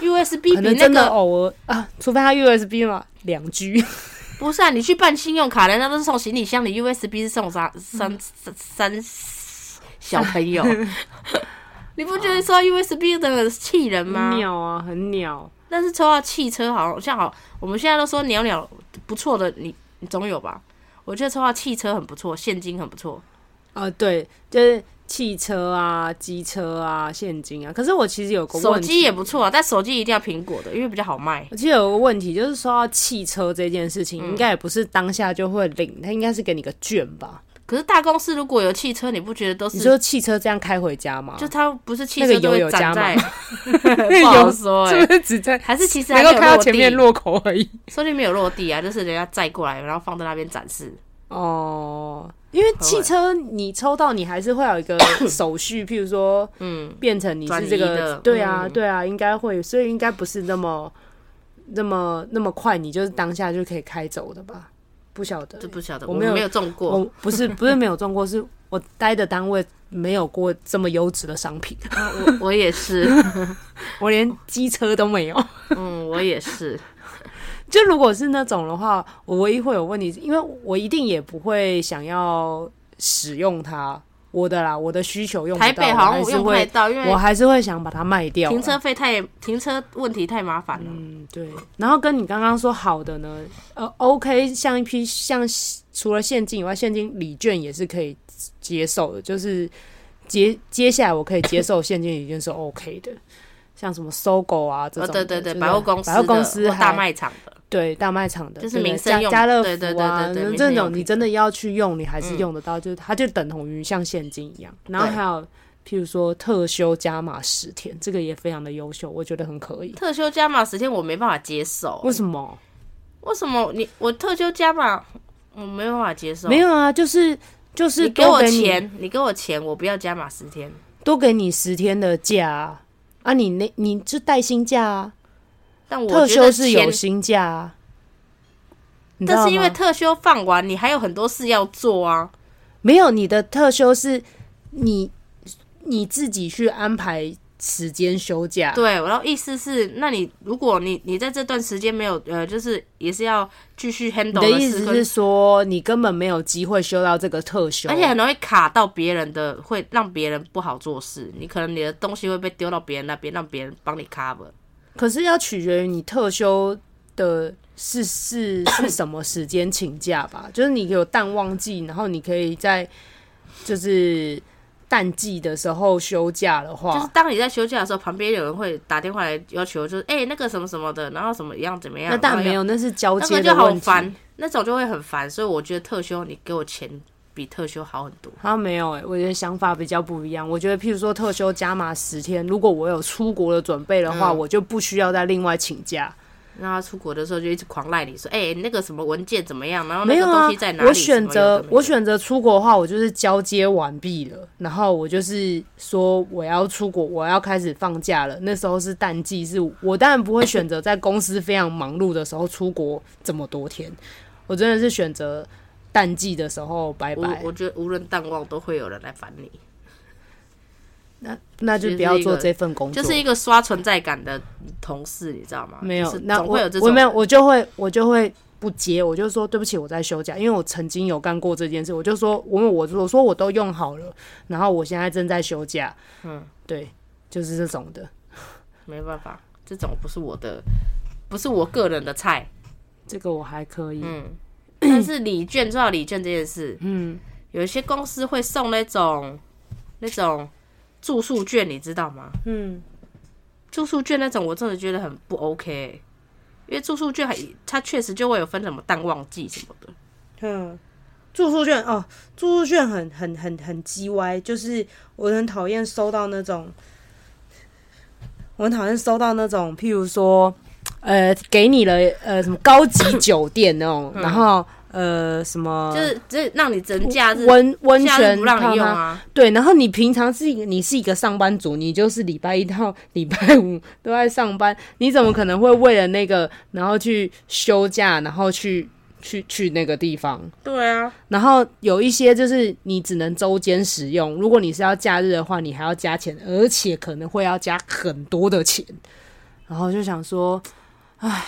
[SPEAKER 1] USB
[SPEAKER 2] 可
[SPEAKER 1] 比
[SPEAKER 2] 能
[SPEAKER 1] 那
[SPEAKER 2] 真的
[SPEAKER 1] 个
[SPEAKER 2] 偶尔啊，除非它 USB 嘛，两 G，
[SPEAKER 1] 不是啊，你去办信用卡，人家都是送行李箱，你 USB 是送啥三三三小朋 友？你不觉得说 USB 的气人吗？
[SPEAKER 2] 鸟啊，很鸟，
[SPEAKER 1] 但是抽到汽车好像好，我们现在都说鸟鸟不错的，你你总有吧？我觉得抽到汽车很不错，现金很不错。
[SPEAKER 2] 啊，对，就是汽车啊、机车啊、现金啊，可是我其实有个
[SPEAKER 1] 手
[SPEAKER 2] 问
[SPEAKER 1] 机
[SPEAKER 2] 题
[SPEAKER 1] 也。不错啊，但手机一定要苹果的，因为比较好卖。
[SPEAKER 2] 我记得有个问题，就是说到汽车这件事
[SPEAKER 1] 嗯
[SPEAKER 2] 情，应该也不是当下就会领，它应该是给你个券吧？
[SPEAKER 1] 可是大公司如果有汽车，你不觉得都
[SPEAKER 2] 你
[SPEAKER 1] 是？
[SPEAKER 2] 说汽车这样开回家吗？
[SPEAKER 1] 就 它不是汽
[SPEAKER 2] 那
[SPEAKER 1] 车
[SPEAKER 2] 个
[SPEAKER 1] 都
[SPEAKER 2] 油有
[SPEAKER 1] 会
[SPEAKER 2] 加
[SPEAKER 1] 站在，
[SPEAKER 2] 油
[SPEAKER 1] 不好说哎、
[SPEAKER 2] 是不是只在
[SPEAKER 1] 还是其实还
[SPEAKER 2] 能
[SPEAKER 1] 没
[SPEAKER 2] 够
[SPEAKER 1] 有
[SPEAKER 2] 开到
[SPEAKER 1] 落
[SPEAKER 2] 前面
[SPEAKER 1] 地
[SPEAKER 2] 落口而已？
[SPEAKER 1] 说不定没有落地啊，就是人家载过来，然后放在那边展示。
[SPEAKER 2] 哦，因为汽车你抽到，你还是会有一个手 续，譬如说
[SPEAKER 1] 嗯，
[SPEAKER 2] 变成你
[SPEAKER 1] 转
[SPEAKER 2] 是
[SPEAKER 1] 移
[SPEAKER 2] 这个，
[SPEAKER 1] 的
[SPEAKER 2] 对啊，
[SPEAKER 1] 嗯
[SPEAKER 2] 对啊，应该会，所以应该不是那么那么那么快，你就是当下就可以开走的吧？不晓得
[SPEAKER 1] 这，不晓得，
[SPEAKER 2] 我
[SPEAKER 1] 我
[SPEAKER 2] 没有
[SPEAKER 1] 没有中过
[SPEAKER 2] 我不是 不是没有中过，是我待的单位没有过这么优质的商品，
[SPEAKER 1] 啊，我我也是，
[SPEAKER 2] 我连机车都没有。
[SPEAKER 1] 嗯，我也是，
[SPEAKER 2] 就如果是那种的话，我唯一会有问题，因为我一定也不会想要使用它。我的啦，我的需求用不到
[SPEAKER 1] 台北好像
[SPEAKER 2] 我还
[SPEAKER 1] 我
[SPEAKER 2] 是
[SPEAKER 1] 用不太
[SPEAKER 2] 会，
[SPEAKER 1] 到，因
[SPEAKER 2] 我
[SPEAKER 1] 为
[SPEAKER 2] 还是会想把它卖掉啦。
[SPEAKER 1] 停车费太停车问题太麻烦了。
[SPEAKER 2] 嗯，对。然后跟你刚刚说好的呢，呃，OK，像一批像除了现金以外，现金礼券也是可以接受的，就是接接下来我可以接受现金礼券是 OK 的，像什么搜狗啊这
[SPEAKER 1] 哦，
[SPEAKER 2] 种的、
[SPEAKER 1] 对对对，
[SPEAKER 2] 就是
[SPEAKER 1] 百货公司的、
[SPEAKER 2] 百货公司
[SPEAKER 1] 或
[SPEAKER 2] 还
[SPEAKER 1] 大卖场的，
[SPEAKER 2] 对大卖场的，
[SPEAKER 1] 就是
[SPEAKER 2] 对对
[SPEAKER 1] 民生用
[SPEAKER 2] 家家乐
[SPEAKER 1] 对对
[SPEAKER 2] 福
[SPEAKER 1] 对
[SPEAKER 2] 啊，
[SPEAKER 1] 对对
[SPEAKER 2] 那
[SPEAKER 1] 民生
[SPEAKER 2] 这
[SPEAKER 1] 用
[SPEAKER 2] 种
[SPEAKER 1] 品
[SPEAKER 2] 你真的要去用，你还是
[SPEAKER 1] 嗯
[SPEAKER 2] 用得到，就是它就等同于像现金一样。然后
[SPEAKER 1] 对
[SPEAKER 2] 还有譬如说特休加码十天，这个也非常的优秀，我觉得很可以。
[SPEAKER 1] 特休加码十天我没办法接受
[SPEAKER 2] 为，什么？
[SPEAKER 1] 为什么你我特休加码我没办法接受？
[SPEAKER 2] 没有啊，就是就是
[SPEAKER 1] 哦你给我
[SPEAKER 2] 多你
[SPEAKER 1] 钱，你给我钱，我不要加码十天。
[SPEAKER 2] 多给你十天的假啊，啊你那你就带薪假啊，
[SPEAKER 1] 但我
[SPEAKER 2] 特
[SPEAKER 1] 觉得
[SPEAKER 2] 休是
[SPEAKER 1] 钱，
[SPEAKER 2] 有薪假啊。你知道
[SPEAKER 1] 但是因为
[SPEAKER 2] 吗
[SPEAKER 1] 特休放完，你还有很多事要做啊。
[SPEAKER 2] 没有你的特休是你你自己去安排时间休假，
[SPEAKER 1] 对，然后意思是，那你如果你你在这段时间没有呃，就是也是要继续 handle
[SPEAKER 2] 你的意
[SPEAKER 1] 事
[SPEAKER 2] 思
[SPEAKER 1] 跟
[SPEAKER 2] 是说你根本没有机会休到这个特休，
[SPEAKER 1] 而且很容易卡到别人的，会让别人不好做事。你可能你的东西会被丢到别人那边，让别人帮你 cover。
[SPEAKER 2] 可是要取决于你特休的是是是什么时间请假吧， 就是你有淡旺季，然后你可以在就是淡季的时候休假的话，
[SPEAKER 1] 就是当你在休假的时候，旁边有人会打电话来要求，就是哎、那个什么什么的，然后怎么样怎么样。
[SPEAKER 2] 那当然
[SPEAKER 1] 然后
[SPEAKER 2] 没
[SPEAKER 1] 要，
[SPEAKER 2] 有，那是交
[SPEAKER 1] 那
[SPEAKER 2] 接
[SPEAKER 1] 个
[SPEAKER 2] 的
[SPEAKER 1] 就好
[SPEAKER 2] 问题。
[SPEAKER 1] 烦，那种就会很烦。所以我觉得特休，你给我钱比特休好很多。
[SPEAKER 2] 他没有诶、欸我觉得想法比较不一样。我觉得，譬如说特休加码十天，如果我有出国的准备的话，
[SPEAKER 1] 嗯
[SPEAKER 2] 我就不需要再另外请假。
[SPEAKER 1] 让他出国的时候就一直狂赖你说，哎、那个什么文件怎么样，然后
[SPEAKER 2] 没
[SPEAKER 1] 那个
[SPEAKER 2] 有
[SPEAKER 1] 东
[SPEAKER 2] 啊
[SPEAKER 1] 西在哪，里？
[SPEAKER 2] 我选择我
[SPEAKER 1] 择
[SPEAKER 2] 选择出国的话，我就是交接完毕了，然后我就是说我要出国，我要开始放假了。那时候是淡季，是我当然不会选择在公司非常忙碌的时候出国这么多天。我真的是选择淡季的时候拜
[SPEAKER 1] 我
[SPEAKER 2] 拜
[SPEAKER 1] 我，觉得无论淡忘都会有人来烦你，
[SPEAKER 2] 那就不要
[SPEAKER 1] 就是一
[SPEAKER 2] 做
[SPEAKER 1] 个
[SPEAKER 2] 这份工作。
[SPEAKER 1] 就是一个刷存在感的同事，你知道吗？
[SPEAKER 2] 没有
[SPEAKER 1] 啊就是，
[SPEAKER 2] 那
[SPEAKER 1] 总
[SPEAKER 2] 我
[SPEAKER 1] 会有这种
[SPEAKER 2] 我没有，我就会我就会不接，我就说对不起，我在休假，因为我曾经有干过这件事，我就说我我我说我都用好了，然后我现在正在休假，
[SPEAKER 1] 嗯，
[SPEAKER 2] 对，就是这种的，
[SPEAKER 1] 没办法，这种不是我的，不是我个人的菜。
[SPEAKER 2] 这个我还可以，
[SPEAKER 1] 嗯， 但是礼券，说到礼券这件事，嗯，有一些公司会送那种那种住宿券，你知道吗？
[SPEAKER 2] 嗯，
[SPEAKER 1] 住宿券那种我真的觉得很不 OK，、因为住宿券还它确实就会有分什么淡旺季什么的。
[SPEAKER 3] 嗯，住宿券哦，住宿券很很很很鸡歪，就是我很讨厌收到那种，我很讨厌收到那种，譬如说，
[SPEAKER 2] 呃，给你了呃什么高级酒店那种，然后呃什么
[SPEAKER 1] 嗯就是这让你整假日
[SPEAKER 2] 温温
[SPEAKER 1] 假日
[SPEAKER 2] 泉
[SPEAKER 1] 不让
[SPEAKER 2] 泡
[SPEAKER 1] 你用
[SPEAKER 2] 汤
[SPEAKER 1] 啊，
[SPEAKER 2] 对，然后你平常是一个你是一个上班族，你就是礼拜一到 礼拜五都在上班，你怎么可能会为了那个然后去休假，然后去去去那个地方？
[SPEAKER 1] 对啊，
[SPEAKER 2] 然后有一些就是你只能周间使用，如果你是要假日的话，你还要加钱，而且可能会要加很多的钱。然后就想说，唉，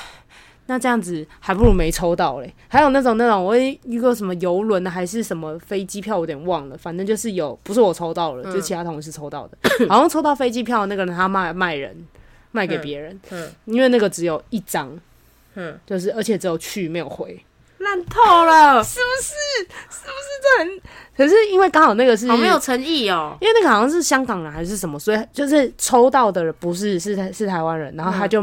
[SPEAKER 2] 那这样子还不如没抽到嘞。还有那种那种，我也遇过什么游轮啊的还是什么飞机票，我有点忘了，反正就是有，不是我抽到
[SPEAKER 1] 嗯
[SPEAKER 2] 了，就是其他同事抽到的。好像抽到飞机票的那个人他卖卖人，卖给别人，
[SPEAKER 1] 嗯嗯
[SPEAKER 2] 因为那个只有一张，
[SPEAKER 1] 嗯，
[SPEAKER 2] 就是而且只有去没有回。
[SPEAKER 1] 烂透了，
[SPEAKER 2] 可是因为刚好那个是
[SPEAKER 1] 好没有诚意哦。
[SPEAKER 2] 因为那个好像是香港人还是什么，所以就是抽到的人不是是台是台湾人，然后他就、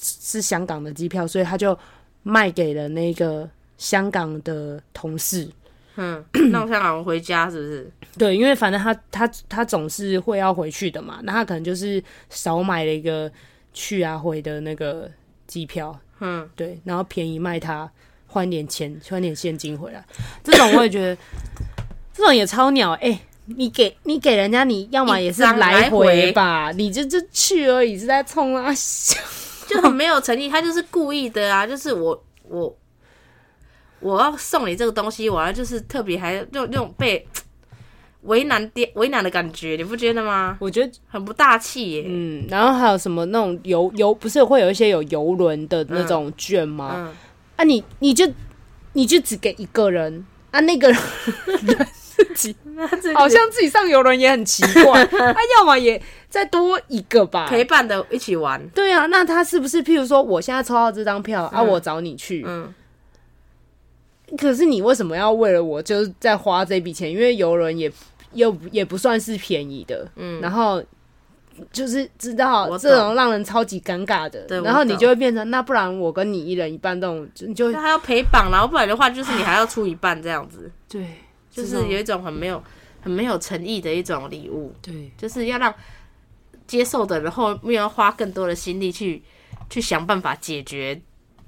[SPEAKER 2] 是香港的机票，所以他就卖给了那个香港的同事。
[SPEAKER 1] 嗯，那我想赶快回家是不是？
[SPEAKER 2] 对，因为反正他他他总是会要回去的嘛，那他可能就是少买了一个去啊回的那个机票，
[SPEAKER 1] 嗯，
[SPEAKER 2] 对，然后便宜卖他，换点钱，换点现金回来。这种我也觉得，这种也超鸟哎、欸你给你给人家，你要么也是
[SPEAKER 1] 一张来
[SPEAKER 2] 回
[SPEAKER 1] 回
[SPEAKER 2] 吧，你就就去而已，是在冲啊笑。
[SPEAKER 1] 就很没有诚意，他就是故意的啊！就是我我我要送你这个东西，我要就是特别还用用被，为难爹为难的感觉，你不觉得吗？
[SPEAKER 2] 我觉得
[SPEAKER 1] 很不大气耶、
[SPEAKER 2] 嗯，然后还有什么那种游游，不是会有一些有游轮的那种券吗？
[SPEAKER 1] 嗯，
[SPEAKER 2] 啊你，你就你就只给一个人啊，那个人
[SPEAKER 1] 嗯那这
[SPEAKER 2] 好像自己上游轮也很奇 怪，啊，要么也再多一个吧。
[SPEAKER 1] 陪伴的一起玩，
[SPEAKER 2] 对啊，那他是不是譬如说，我现在抽到这张票、啊，
[SPEAKER 1] 嗯
[SPEAKER 2] 我找你去，
[SPEAKER 1] 嗯，
[SPEAKER 2] 可是你为什么要为了我就是在花这笔钱？因为游轮也又也不算是便宜的，嗯，然后就是知道
[SPEAKER 1] 我懂
[SPEAKER 2] 这种让人超级尴尬
[SPEAKER 1] 对
[SPEAKER 2] 的，
[SPEAKER 1] 我
[SPEAKER 2] 然后你
[SPEAKER 1] 懂
[SPEAKER 2] 就会变成那不然我跟你一人一半这种，就你就
[SPEAKER 1] 那还要陪绑，然后不然的话就是你还要出一半这样子，
[SPEAKER 3] 对，
[SPEAKER 1] 就是哦
[SPEAKER 3] 这种
[SPEAKER 1] 有一种很没有很没有诚意的一种礼物，
[SPEAKER 3] 对，
[SPEAKER 1] 就是要让接受的人后面要花更多的心力去去想办法解决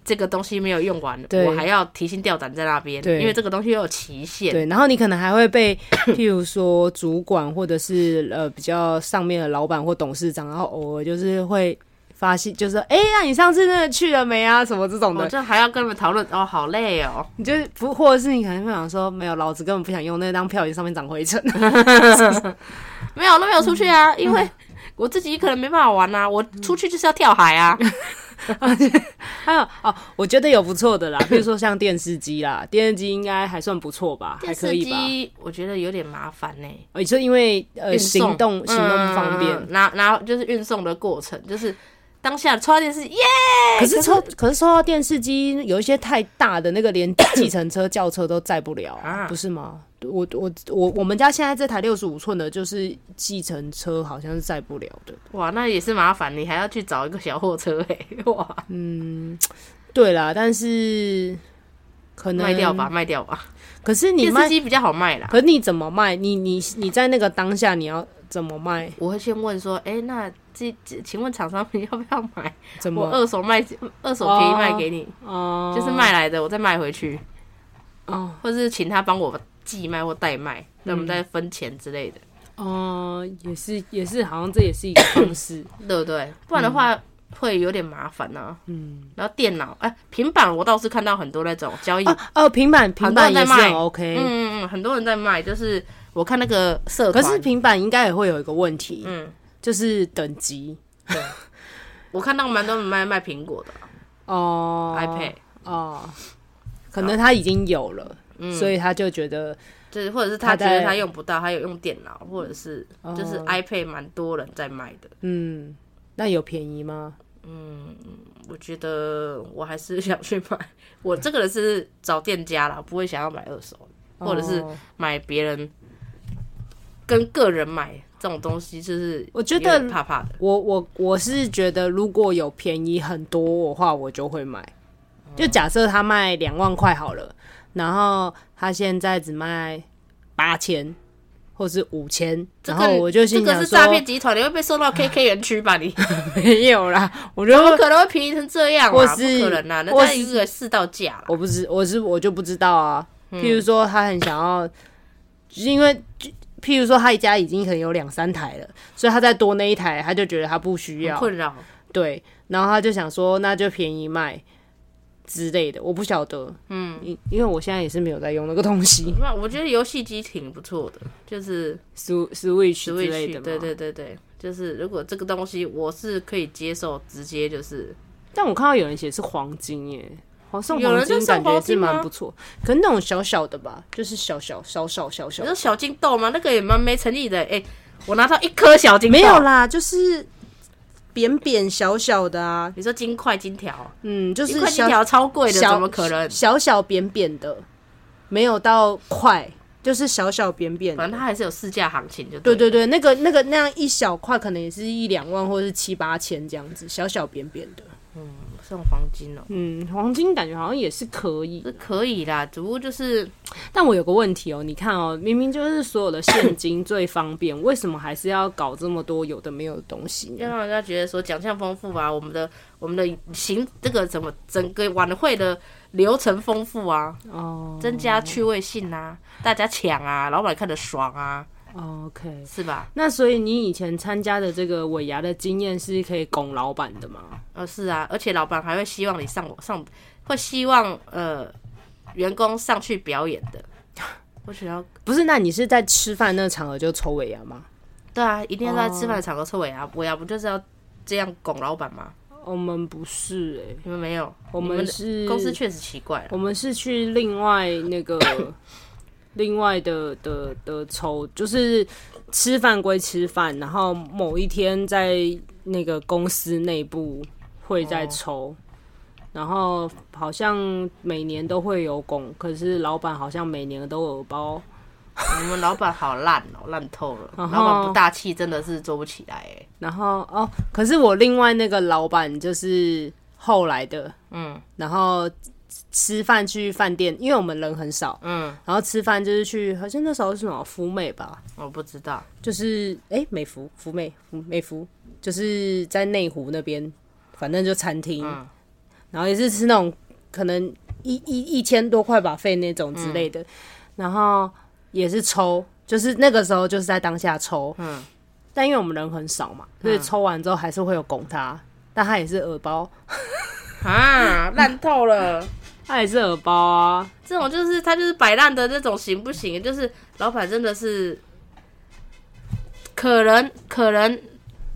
[SPEAKER 1] 这个东西没有用完，
[SPEAKER 2] 对
[SPEAKER 1] 我还要提心吊胆在那边，
[SPEAKER 2] 对
[SPEAKER 1] 因为这个东西又有期限，
[SPEAKER 2] 对，然后你可能还会被， 譬如说主管或者是呃比较上面的老板或董事长，然后偶尔就是会发现，就是哎、那你上次那个去了没啊？什么这种
[SPEAKER 1] 我
[SPEAKER 2] 的，
[SPEAKER 1] 就哦还要跟他们讨论，哦，好累哦，
[SPEAKER 2] 你就是不，或者是你可能会想说，没有，老子根本不想用那张票，已经上面长灰尘。
[SPEAKER 1] 没有都没有出去
[SPEAKER 2] 嗯
[SPEAKER 1] 啊，因 为我自己一个人没办法玩啊，我出去就是要跳海啊，
[SPEAKER 2] 嗯还有哦， 我觉得有不错 的啦，譬如说像电视机啦，电视机应该还算不错吧，还
[SPEAKER 1] 电
[SPEAKER 2] 可
[SPEAKER 1] 视
[SPEAKER 2] 以吧？
[SPEAKER 1] 机我觉得有点麻烦呢、
[SPEAKER 2] 哦你说因为呃
[SPEAKER 1] 运
[SPEAKER 2] 行
[SPEAKER 1] 送
[SPEAKER 2] 动行动不方便，
[SPEAKER 1] 嗯然后然后就是运送的过程，就是当下抽到电视，耶！
[SPEAKER 2] 哎可是抽，可是抽到电视机有一些太大的那个，连 计程车、轿车都载不了、
[SPEAKER 1] 啊
[SPEAKER 2] 不是吗？我我我我们家现在这台六十五寸的，就是计程车好像是载不了的。
[SPEAKER 1] 哇，那也是麻烦，你还要去找一个小货车哎、哇，
[SPEAKER 2] 对啦，但是可能
[SPEAKER 1] 卖掉吧，。卖掉吧，
[SPEAKER 2] 可是你
[SPEAKER 1] 电视
[SPEAKER 2] 卖，
[SPEAKER 1] 机比较好卖啦。
[SPEAKER 2] 可是你怎么卖？你你你在那个当下你要怎么卖？
[SPEAKER 1] 我会先问说，哎、那这这，请问厂商你要不要买？
[SPEAKER 2] 怎
[SPEAKER 1] 我
[SPEAKER 2] 么
[SPEAKER 1] 二手卖，二手便宜卖给你，
[SPEAKER 2] 哦
[SPEAKER 1] 就是卖来的，我再卖回去，
[SPEAKER 2] 哦
[SPEAKER 1] 或是请他帮我寄卖或代卖，那我们再分钱之类的，
[SPEAKER 2] 哦，也是也是，好像这也是一个方式。
[SPEAKER 1] 对不对？不然的
[SPEAKER 2] 嗯
[SPEAKER 1] 话。会有点麻烦呐、嗯，然后电脑，哎、平板我倒是看到很多那种交易
[SPEAKER 2] 哦、哦，平板平板也是
[SPEAKER 1] 好多人在
[SPEAKER 2] 很
[SPEAKER 1] 卖
[SPEAKER 2] OK，、
[SPEAKER 1] 嗯嗯嗯，很多人在卖，就是我看那个社
[SPEAKER 2] 可
[SPEAKER 1] 团，
[SPEAKER 2] 是平板应该也会有一个问题，
[SPEAKER 1] 嗯，
[SPEAKER 2] 就是等级
[SPEAKER 1] 我看到蛮多人卖卖苹果的、
[SPEAKER 2] 哦
[SPEAKER 1] iPad，
[SPEAKER 2] 哦，可能他已经有了，
[SPEAKER 1] 嗯
[SPEAKER 2] 所以他就觉得
[SPEAKER 1] 就是或者是
[SPEAKER 2] 他
[SPEAKER 1] 他觉得
[SPEAKER 2] 在哦
[SPEAKER 1] 他用不到，他有用电脑，或者是就是 iPad 蛮多人在卖的。
[SPEAKER 2] 嗯，那有便宜吗？
[SPEAKER 1] 我觉得我还是 想去买，我这个人是找店家啦，不会想要买二手，或者是
[SPEAKER 2] 哦
[SPEAKER 1] 买别人跟个人买这种东西，就是
[SPEAKER 2] 我觉
[SPEAKER 1] 有
[SPEAKER 2] 得
[SPEAKER 1] 点怕怕的。
[SPEAKER 2] 我我我是觉得，如果有便宜很多的话，我就会买。
[SPEAKER 1] 嗯
[SPEAKER 2] 就假设他卖两万块好了，然后他现在只卖八千或是五千，然后我就
[SPEAKER 1] 这
[SPEAKER 2] 心
[SPEAKER 1] 个
[SPEAKER 2] 想
[SPEAKER 1] 是
[SPEAKER 2] 说
[SPEAKER 1] 诈骗集团，你会被送到 KK 园区吧你？
[SPEAKER 2] 没有啦，我就
[SPEAKER 1] 怎么可能会便宜成这样啊？
[SPEAKER 2] 我
[SPEAKER 1] 不
[SPEAKER 2] 是
[SPEAKER 1] 可能啊，那
[SPEAKER 2] 我
[SPEAKER 1] 大概
[SPEAKER 2] 是
[SPEAKER 1] 一个四到价啦。
[SPEAKER 2] 我不知我是我就不知道啊。
[SPEAKER 1] 嗯
[SPEAKER 2] 譬如说他很想要，就是因为就譬如说他家已经可能有两三台了，所以他再多那一台，他就觉得他不需
[SPEAKER 1] 很
[SPEAKER 2] 要，
[SPEAKER 1] 困扰，
[SPEAKER 2] 对，然后他就想说那就便宜卖之类的，我不晓得，嗯，因因为我现在也是没有在用那个东西
[SPEAKER 1] 那我觉得游戏机挺不错的，就是
[SPEAKER 2] ，Sw-，Switch 之类
[SPEAKER 1] Switch，
[SPEAKER 2] 的嘛，
[SPEAKER 1] 对对对对，就是如果这个东西我是可以接受，直接就是
[SPEAKER 2] 但我看到有人写是黄金耶，黄送
[SPEAKER 1] 有人
[SPEAKER 2] 黄
[SPEAKER 1] 在
[SPEAKER 2] 金
[SPEAKER 1] 送
[SPEAKER 2] 感觉
[SPEAKER 1] 黄
[SPEAKER 2] 是
[SPEAKER 1] 金
[SPEAKER 2] 蛮
[SPEAKER 1] 吗
[SPEAKER 2] 不错，可是那种小小的吧，就是小小小小小小
[SPEAKER 1] 你说小金豆吗？那个也蛮没诚意的。哎、我拿到一颗小金豆，
[SPEAKER 2] 没有啦，就是扁扁小小的啊，
[SPEAKER 1] 你说金块金条，
[SPEAKER 2] 嗯，就
[SPEAKER 1] 金
[SPEAKER 2] 是
[SPEAKER 1] 块金
[SPEAKER 2] 小
[SPEAKER 1] 条超贵的，
[SPEAKER 2] 小
[SPEAKER 1] 怎么可能？
[SPEAKER 2] 小小扁扁的，没有到块，就是小小扁扁
[SPEAKER 1] 反正
[SPEAKER 2] 的。
[SPEAKER 1] 它还是有市价行情就
[SPEAKER 2] 对
[SPEAKER 1] 对
[SPEAKER 2] 对对，那个那个那样一小块，可能也是一两万或者是七八千这样子，小小扁扁的。
[SPEAKER 1] 对，送黄金哦、
[SPEAKER 2] 嗯，黄金感觉好像也是可以
[SPEAKER 1] 这，可以啦，只不过就是
[SPEAKER 2] 但我有个问题哦，你看哦，明明就是所有的现金最方便，为什么还是要搞这么多有的没有的东西
[SPEAKER 1] 要
[SPEAKER 2] 呢？
[SPEAKER 1] 让人家觉得说奖项丰富啊，我们的我们的行这个怎么整个晚会的流程丰富啊，
[SPEAKER 2] 哦
[SPEAKER 1] 增加趣味性啊，大家抢啊，老板看得爽啊，
[SPEAKER 2] 哦，OK，
[SPEAKER 1] 是吧？
[SPEAKER 2] 那所以你以前参加的这个尾牙的经验是可以拱老板的吗？
[SPEAKER 1] 呃，是啊，而且老板还会希望你 上上，会希望呃员工上去表演的，我想要
[SPEAKER 2] 不是，那你是在吃饭那个场合就抽尾牙吗？
[SPEAKER 1] 对啊，一定要在吃饭的场合抽尾牙，尾牙不就是要这样拱老板吗？
[SPEAKER 2] 我们不是哎、
[SPEAKER 1] 你们没有，
[SPEAKER 2] 我
[SPEAKER 1] 你们
[SPEAKER 2] 们
[SPEAKER 1] 的
[SPEAKER 2] 是
[SPEAKER 1] 公司确实奇怪啊。
[SPEAKER 2] 我们是去另外那 个另外的的的抽，就是吃饭归吃饭，然后某一天在那个公司内部会再抽。然后好像每年都会有拱，可是老板好像每年都有包，
[SPEAKER 1] 我们老板好烂哦，烂透了。
[SPEAKER 2] 然后
[SPEAKER 1] 老板不大气，真的是做不起来哎。
[SPEAKER 2] 然后哦，可是我另外那个老板就是后来的，
[SPEAKER 1] 嗯
[SPEAKER 2] 然后吃饭去饭店，因为我们人很少，
[SPEAKER 1] 嗯，
[SPEAKER 2] 然后吃饭就是去，好像那时候是什么福美吧，
[SPEAKER 1] 我不知道。
[SPEAKER 2] 就是哎、诶美孚福美福美孚，就是在内湖那边，反正就餐厅，
[SPEAKER 1] 嗯
[SPEAKER 2] 然后也是吃那种可能一一一千多块吧费那种
[SPEAKER 1] 嗯
[SPEAKER 2] 之类的，然后也是抽，就是那个时候就是在当下抽，
[SPEAKER 1] 嗯
[SPEAKER 2] 但因为我们人很少嘛，所以抽完之后还是会有拱他，但他也是耳包，
[SPEAKER 1] 啊，烂透 了。
[SPEAKER 2] 他也是耳包啊，
[SPEAKER 1] 这种就是他就是摆烂的那种，行不行？就是老板真的是，可能可能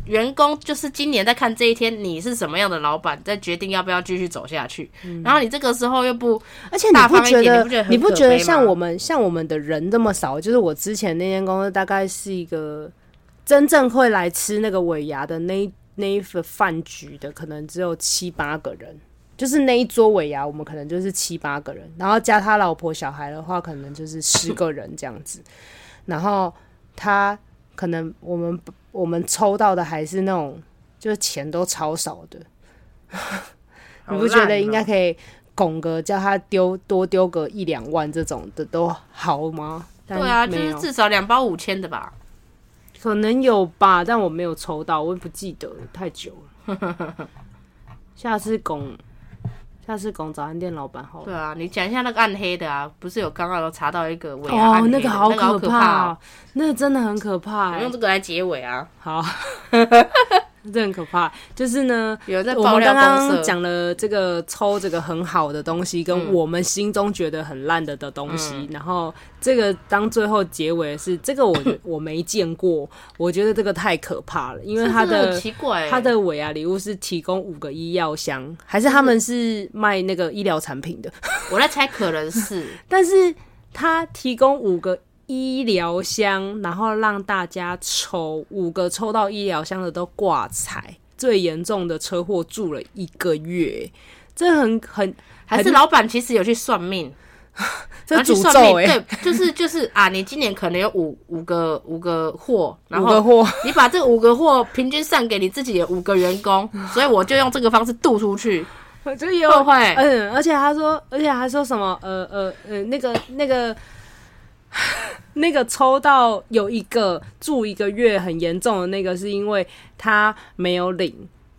[SPEAKER 1] 员工就是今年在看这一天你是什么样的老板，再决定要不要继续走下去。然后你这个时候又不，
[SPEAKER 2] 而且你不觉
[SPEAKER 1] 大
[SPEAKER 2] 得
[SPEAKER 1] 方一点
[SPEAKER 2] 你
[SPEAKER 1] 你
[SPEAKER 2] 不
[SPEAKER 1] 不
[SPEAKER 2] 觉
[SPEAKER 1] 觉
[SPEAKER 2] 得
[SPEAKER 1] 得很可悲吗
[SPEAKER 2] 像我们像我们的人这么少？就是我之前那间公司大概是一个真正会来吃那个尾牙的那一那一份饭局的，可能只有七八个人。就是那一桌尾牙，我们可能就是七八个人，然后加他老婆小孩的话，可能就是十个人这样子。然后他可能我们我们抽到的还是那种，就是钱都超少的，你不觉得应该
[SPEAKER 1] 以？
[SPEAKER 2] 可以拱个叫他丢多丢个一两万这种的都好吗？但
[SPEAKER 1] 对啊，就
[SPEAKER 2] 没
[SPEAKER 1] 是
[SPEAKER 2] 有
[SPEAKER 1] 至少两包五千的吧。
[SPEAKER 2] 可能有吧，但我没有抽到，我也不记得了，太久了。 下次拱，下次拱早餐店老板好了。
[SPEAKER 1] 对啊，你讲一下那个暗黑的啊，不是有刚刚有查到一个尾牙暗
[SPEAKER 2] 哦
[SPEAKER 1] 黑，的
[SPEAKER 2] 那个好
[SPEAKER 1] 那个好
[SPEAKER 2] 可
[SPEAKER 1] 可
[SPEAKER 2] 怕、
[SPEAKER 1] 哦哎
[SPEAKER 2] 哦，那个真的很可怕、
[SPEAKER 1] 我
[SPEAKER 2] 欸
[SPEAKER 1] 用。这个来结尾啊，
[SPEAKER 2] 好， 真的很可怕。就是呢，
[SPEAKER 1] 有人在
[SPEAKER 2] 我
[SPEAKER 1] 爆
[SPEAKER 2] 们
[SPEAKER 1] 料
[SPEAKER 2] 刚
[SPEAKER 1] 公社嗯
[SPEAKER 2] 刚讲了这个抽这个很好的东西，跟我们心中觉得很烂的的东西，然后这个当最后结尾是 这个我我没见过，我觉得这个太可怕了，因为 它
[SPEAKER 1] 这真的
[SPEAKER 2] 的
[SPEAKER 1] 很。奇怪欸，
[SPEAKER 2] 它的尾牙礼物是提供五个医药箱，还是他
[SPEAKER 1] 嗯
[SPEAKER 2] 们是卖那个医疗产品的？
[SPEAKER 1] 我在猜可能 是
[SPEAKER 2] 但是他提供五个医疗箱，然后让大家抽，五个抽到医疗箱的都挂彩，最严重的车祸住了一个月，这很很
[SPEAKER 1] 还是老板其实有去算命。
[SPEAKER 2] 这
[SPEAKER 1] 然后去
[SPEAKER 2] 诅
[SPEAKER 1] 算
[SPEAKER 2] 咒
[SPEAKER 1] 命，
[SPEAKER 2] 哎、欸，
[SPEAKER 1] 对，就是就是啊，你今年可能有五五个五个货，然
[SPEAKER 2] 五个
[SPEAKER 1] 后
[SPEAKER 2] 货，
[SPEAKER 1] 你把这五个货平均算给你自己的五个员工，所以我就用这个方式渡出 去，
[SPEAKER 2] 就有
[SPEAKER 1] 会不会？
[SPEAKER 2] 嗯，而且他说，而且还说什么，呃呃呃，那个那个 那个抽到有一个住一个月很严重的那个，是因为他没有领，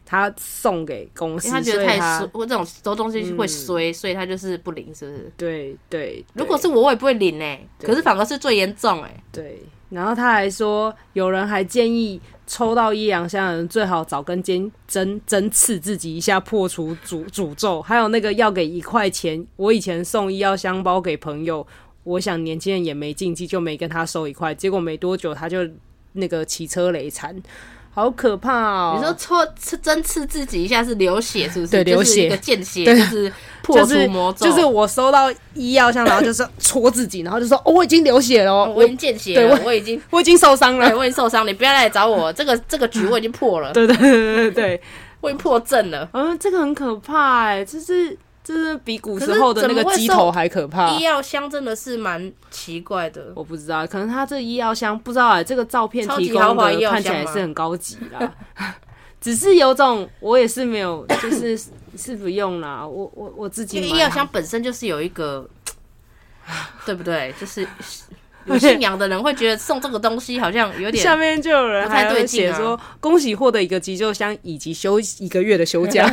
[SPEAKER 2] 他送给公司，
[SPEAKER 1] 因为他觉
[SPEAKER 2] 所
[SPEAKER 1] 得
[SPEAKER 2] 以
[SPEAKER 1] 太
[SPEAKER 2] 他
[SPEAKER 1] 衰，我这种多东西
[SPEAKER 2] 嗯
[SPEAKER 1] 会衰，所以他就是不领，是不是？
[SPEAKER 2] 对对，
[SPEAKER 1] 如果是我，我也不会领哎、可是反而是最严重哎、
[SPEAKER 2] 对对，然后他还说，呃有人还建议抽到一两箱的人最好找根尖针针刺自己一下，破除诅诅咒。还有那个要给一块钱，我以前送医药箱包给朋友，我想年轻人也没禁忌，就没跟他收一块，结果没多久他就那个骑车累残，好可怕哦！
[SPEAKER 1] 你说戳刺针刺自己一下是流血，是不是？
[SPEAKER 2] 对流血
[SPEAKER 1] 就是一个见血， 就是破
[SPEAKER 2] 就是
[SPEAKER 1] 除魔咒，
[SPEAKER 2] 就是我收到医药箱，然后就是戳自己，然后就说哦，我已经流血了哦，
[SPEAKER 1] 我
[SPEAKER 2] 我
[SPEAKER 1] 已经见血
[SPEAKER 2] 对
[SPEAKER 1] 了，
[SPEAKER 2] 我
[SPEAKER 1] 我已经
[SPEAKER 2] 我已经受 伤
[SPEAKER 1] 对，
[SPEAKER 2] 了。
[SPEAKER 1] 我已经受伤，你不要来找我，这个这个局我已经破 了，
[SPEAKER 2] 对对对对对对。
[SPEAKER 1] 我已经破阵了。
[SPEAKER 2] 嗯，这个很可怕哎、就是就是比古时
[SPEAKER 1] 可是
[SPEAKER 2] 候的那
[SPEAKER 1] 怎
[SPEAKER 2] 个
[SPEAKER 1] 么会
[SPEAKER 2] 鸡
[SPEAKER 1] 受
[SPEAKER 2] 头还可怕
[SPEAKER 1] 医。药箱真的是蛮奇怪的，
[SPEAKER 2] 我不知道，可能他这医药箱不知道哎、这个照片
[SPEAKER 1] 超级
[SPEAKER 2] 提供
[SPEAKER 1] 豪华医
[SPEAKER 2] 的
[SPEAKER 1] 药
[SPEAKER 2] 看起
[SPEAKER 1] 箱
[SPEAKER 2] 来
[SPEAKER 1] 吗
[SPEAKER 2] 是很高级啦， 只是有种我也是没有，就是 是不用啦，我我我自己
[SPEAKER 1] 因为
[SPEAKER 2] 买
[SPEAKER 1] 医药
[SPEAKER 2] 好
[SPEAKER 1] 箱本身就是有一 个，对不对？ 就是有信仰的人会觉得送这个东西好像有
[SPEAKER 2] 下
[SPEAKER 1] 点，
[SPEAKER 2] 面就有人
[SPEAKER 1] 不太
[SPEAKER 2] 还
[SPEAKER 1] 对
[SPEAKER 2] 会
[SPEAKER 1] 劲
[SPEAKER 2] 写
[SPEAKER 1] 啊
[SPEAKER 2] 说、恭喜获得一个急救箱以及休一个月的休假。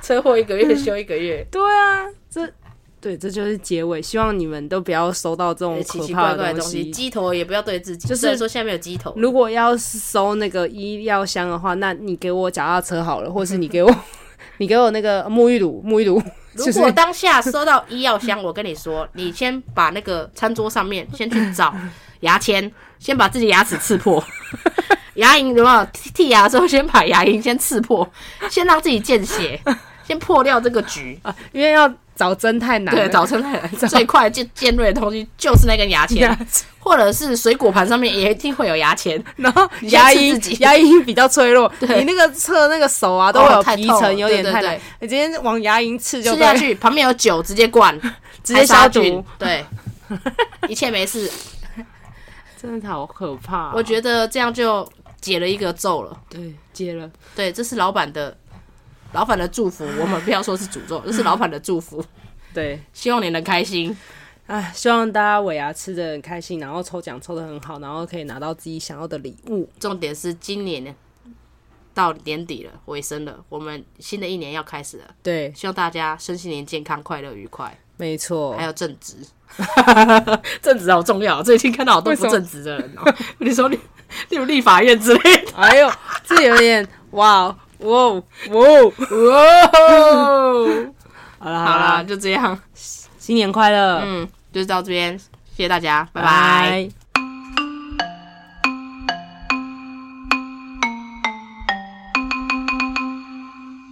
[SPEAKER 1] 车祸一个月休一个月，
[SPEAKER 2] 对啊，这对这就是结尾，希望你们都不要收到这种
[SPEAKER 1] 奇
[SPEAKER 2] 可
[SPEAKER 1] 奇
[SPEAKER 2] 怕
[SPEAKER 1] 怪怪的
[SPEAKER 2] 东
[SPEAKER 1] 西，鸡头也不要对自己，
[SPEAKER 2] 就是
[SPEAKER 1] 虽然说下面有鸡头，
[SPEAKER 2] 如果要是收那个医 药箱的话，那你给我脚踏车好了，或是你给我，你给我那个沐浴乳，沐浴乳，
[SPEAKER 1] 如果当下收到医药箱，我跟你说，你先把那个餐桌上面先去找牙签，先把自己牙齿刺 破。牙龈有没有剔剔牙的时候，先把牙龈先刺破，先让自己见 血，先破掉这个局。
[SPEAKER 2] 因为要找针太难
[SPEAKER 1] 对，
[SPEAKER 2] 了，
[SPEAKER 1] 早晨最快最尖锐的东西就是那根牙签，或者是水果盘上面也一定会有牙签。
[SPEAKER 2] 然后
[SPEAKER 1] 你先
[SPEAKER 2] 牙
[SPEAKER 1] 刺自
[SPEAKER 2] 龈
[SPEAKER 1] 己
[SPEAKER 2] 牙龈比较脆弱，
[SPEAKER 1] 对
[SPEAKER 2] 你那个侧那个手啊都会有
[SPEAKER 1] 哦太
[SPEAKER 2] 皮
[SPEAKER 1] 痛了
[SPEAKER 2] 层，有点
[SPEAKER 1] 对对
[SPEAKER 2] 太
[SPEAKER 1] 对
[SPEAKER 2] 难。你今天往牙龈刺就
[SPEAKER 1] 吃
[SPEAKER 2] 对
[SPEAKER 1] 下
[SPEAKER 2] 了，
[SPEAKER 1] 去，旁边有酒，直接灌，
[SPEAKER 2] 直接消毒，。
[SPEAKER 1] 对，一切没事。
[SPEAKER 2] 真的好可怕哦。
[SPEAKER 1] 我觉得这样就解了一个咒了。
[SPEAKER 2] 对接了，
[SPEAKER 1] 对，这是老板的老板的祝福，我们不要说是诅咒，这是老板的祝福。
[SPEAKER 2] 对，
[SPEAKER 1] 希望你能开心。
[SPEAKER 2] 哎，希望大家尾牙吃的很开心，然后抽奖抽的很好，然后可以拿到自己想要的礼物。
[SPEAKER 1] 重点是今年到年底了，尾声了，我们新的一年要开始了，
[SPEAKER 2] 对，
[SPEAKER 1] 希望大家身心灵健康、快乐、愉快，
[SPEAKER 2] 没错
[SPEAKER 1] 还。有正直。 正直好重要，最近看到好多
[SPEAKER 2] 为什
[SPEAKER 1] 不
[SPEAKER 2] 么
[SPEAKER 1] 正直的人哦、你说你，例如立法院之类的，
[SPEAKER 2] 哎呦，这有点哇哦哇哦哇哦！
[SPEAKER 1] 哇，
[SPEAKER 2] 好了
[SPEAKER 1] 好
[SPEAKER 2] 好
[SPEAKER 1] 啦，
[SPEAKER 2] 了，
[SPEAKER 1] 就这样，
[SPEAKER 2] 新年快乐，
[SPEAKER 1] 嗯，就是到这边，谢谢大家，拜拜
[SPEAKER 2] 拜。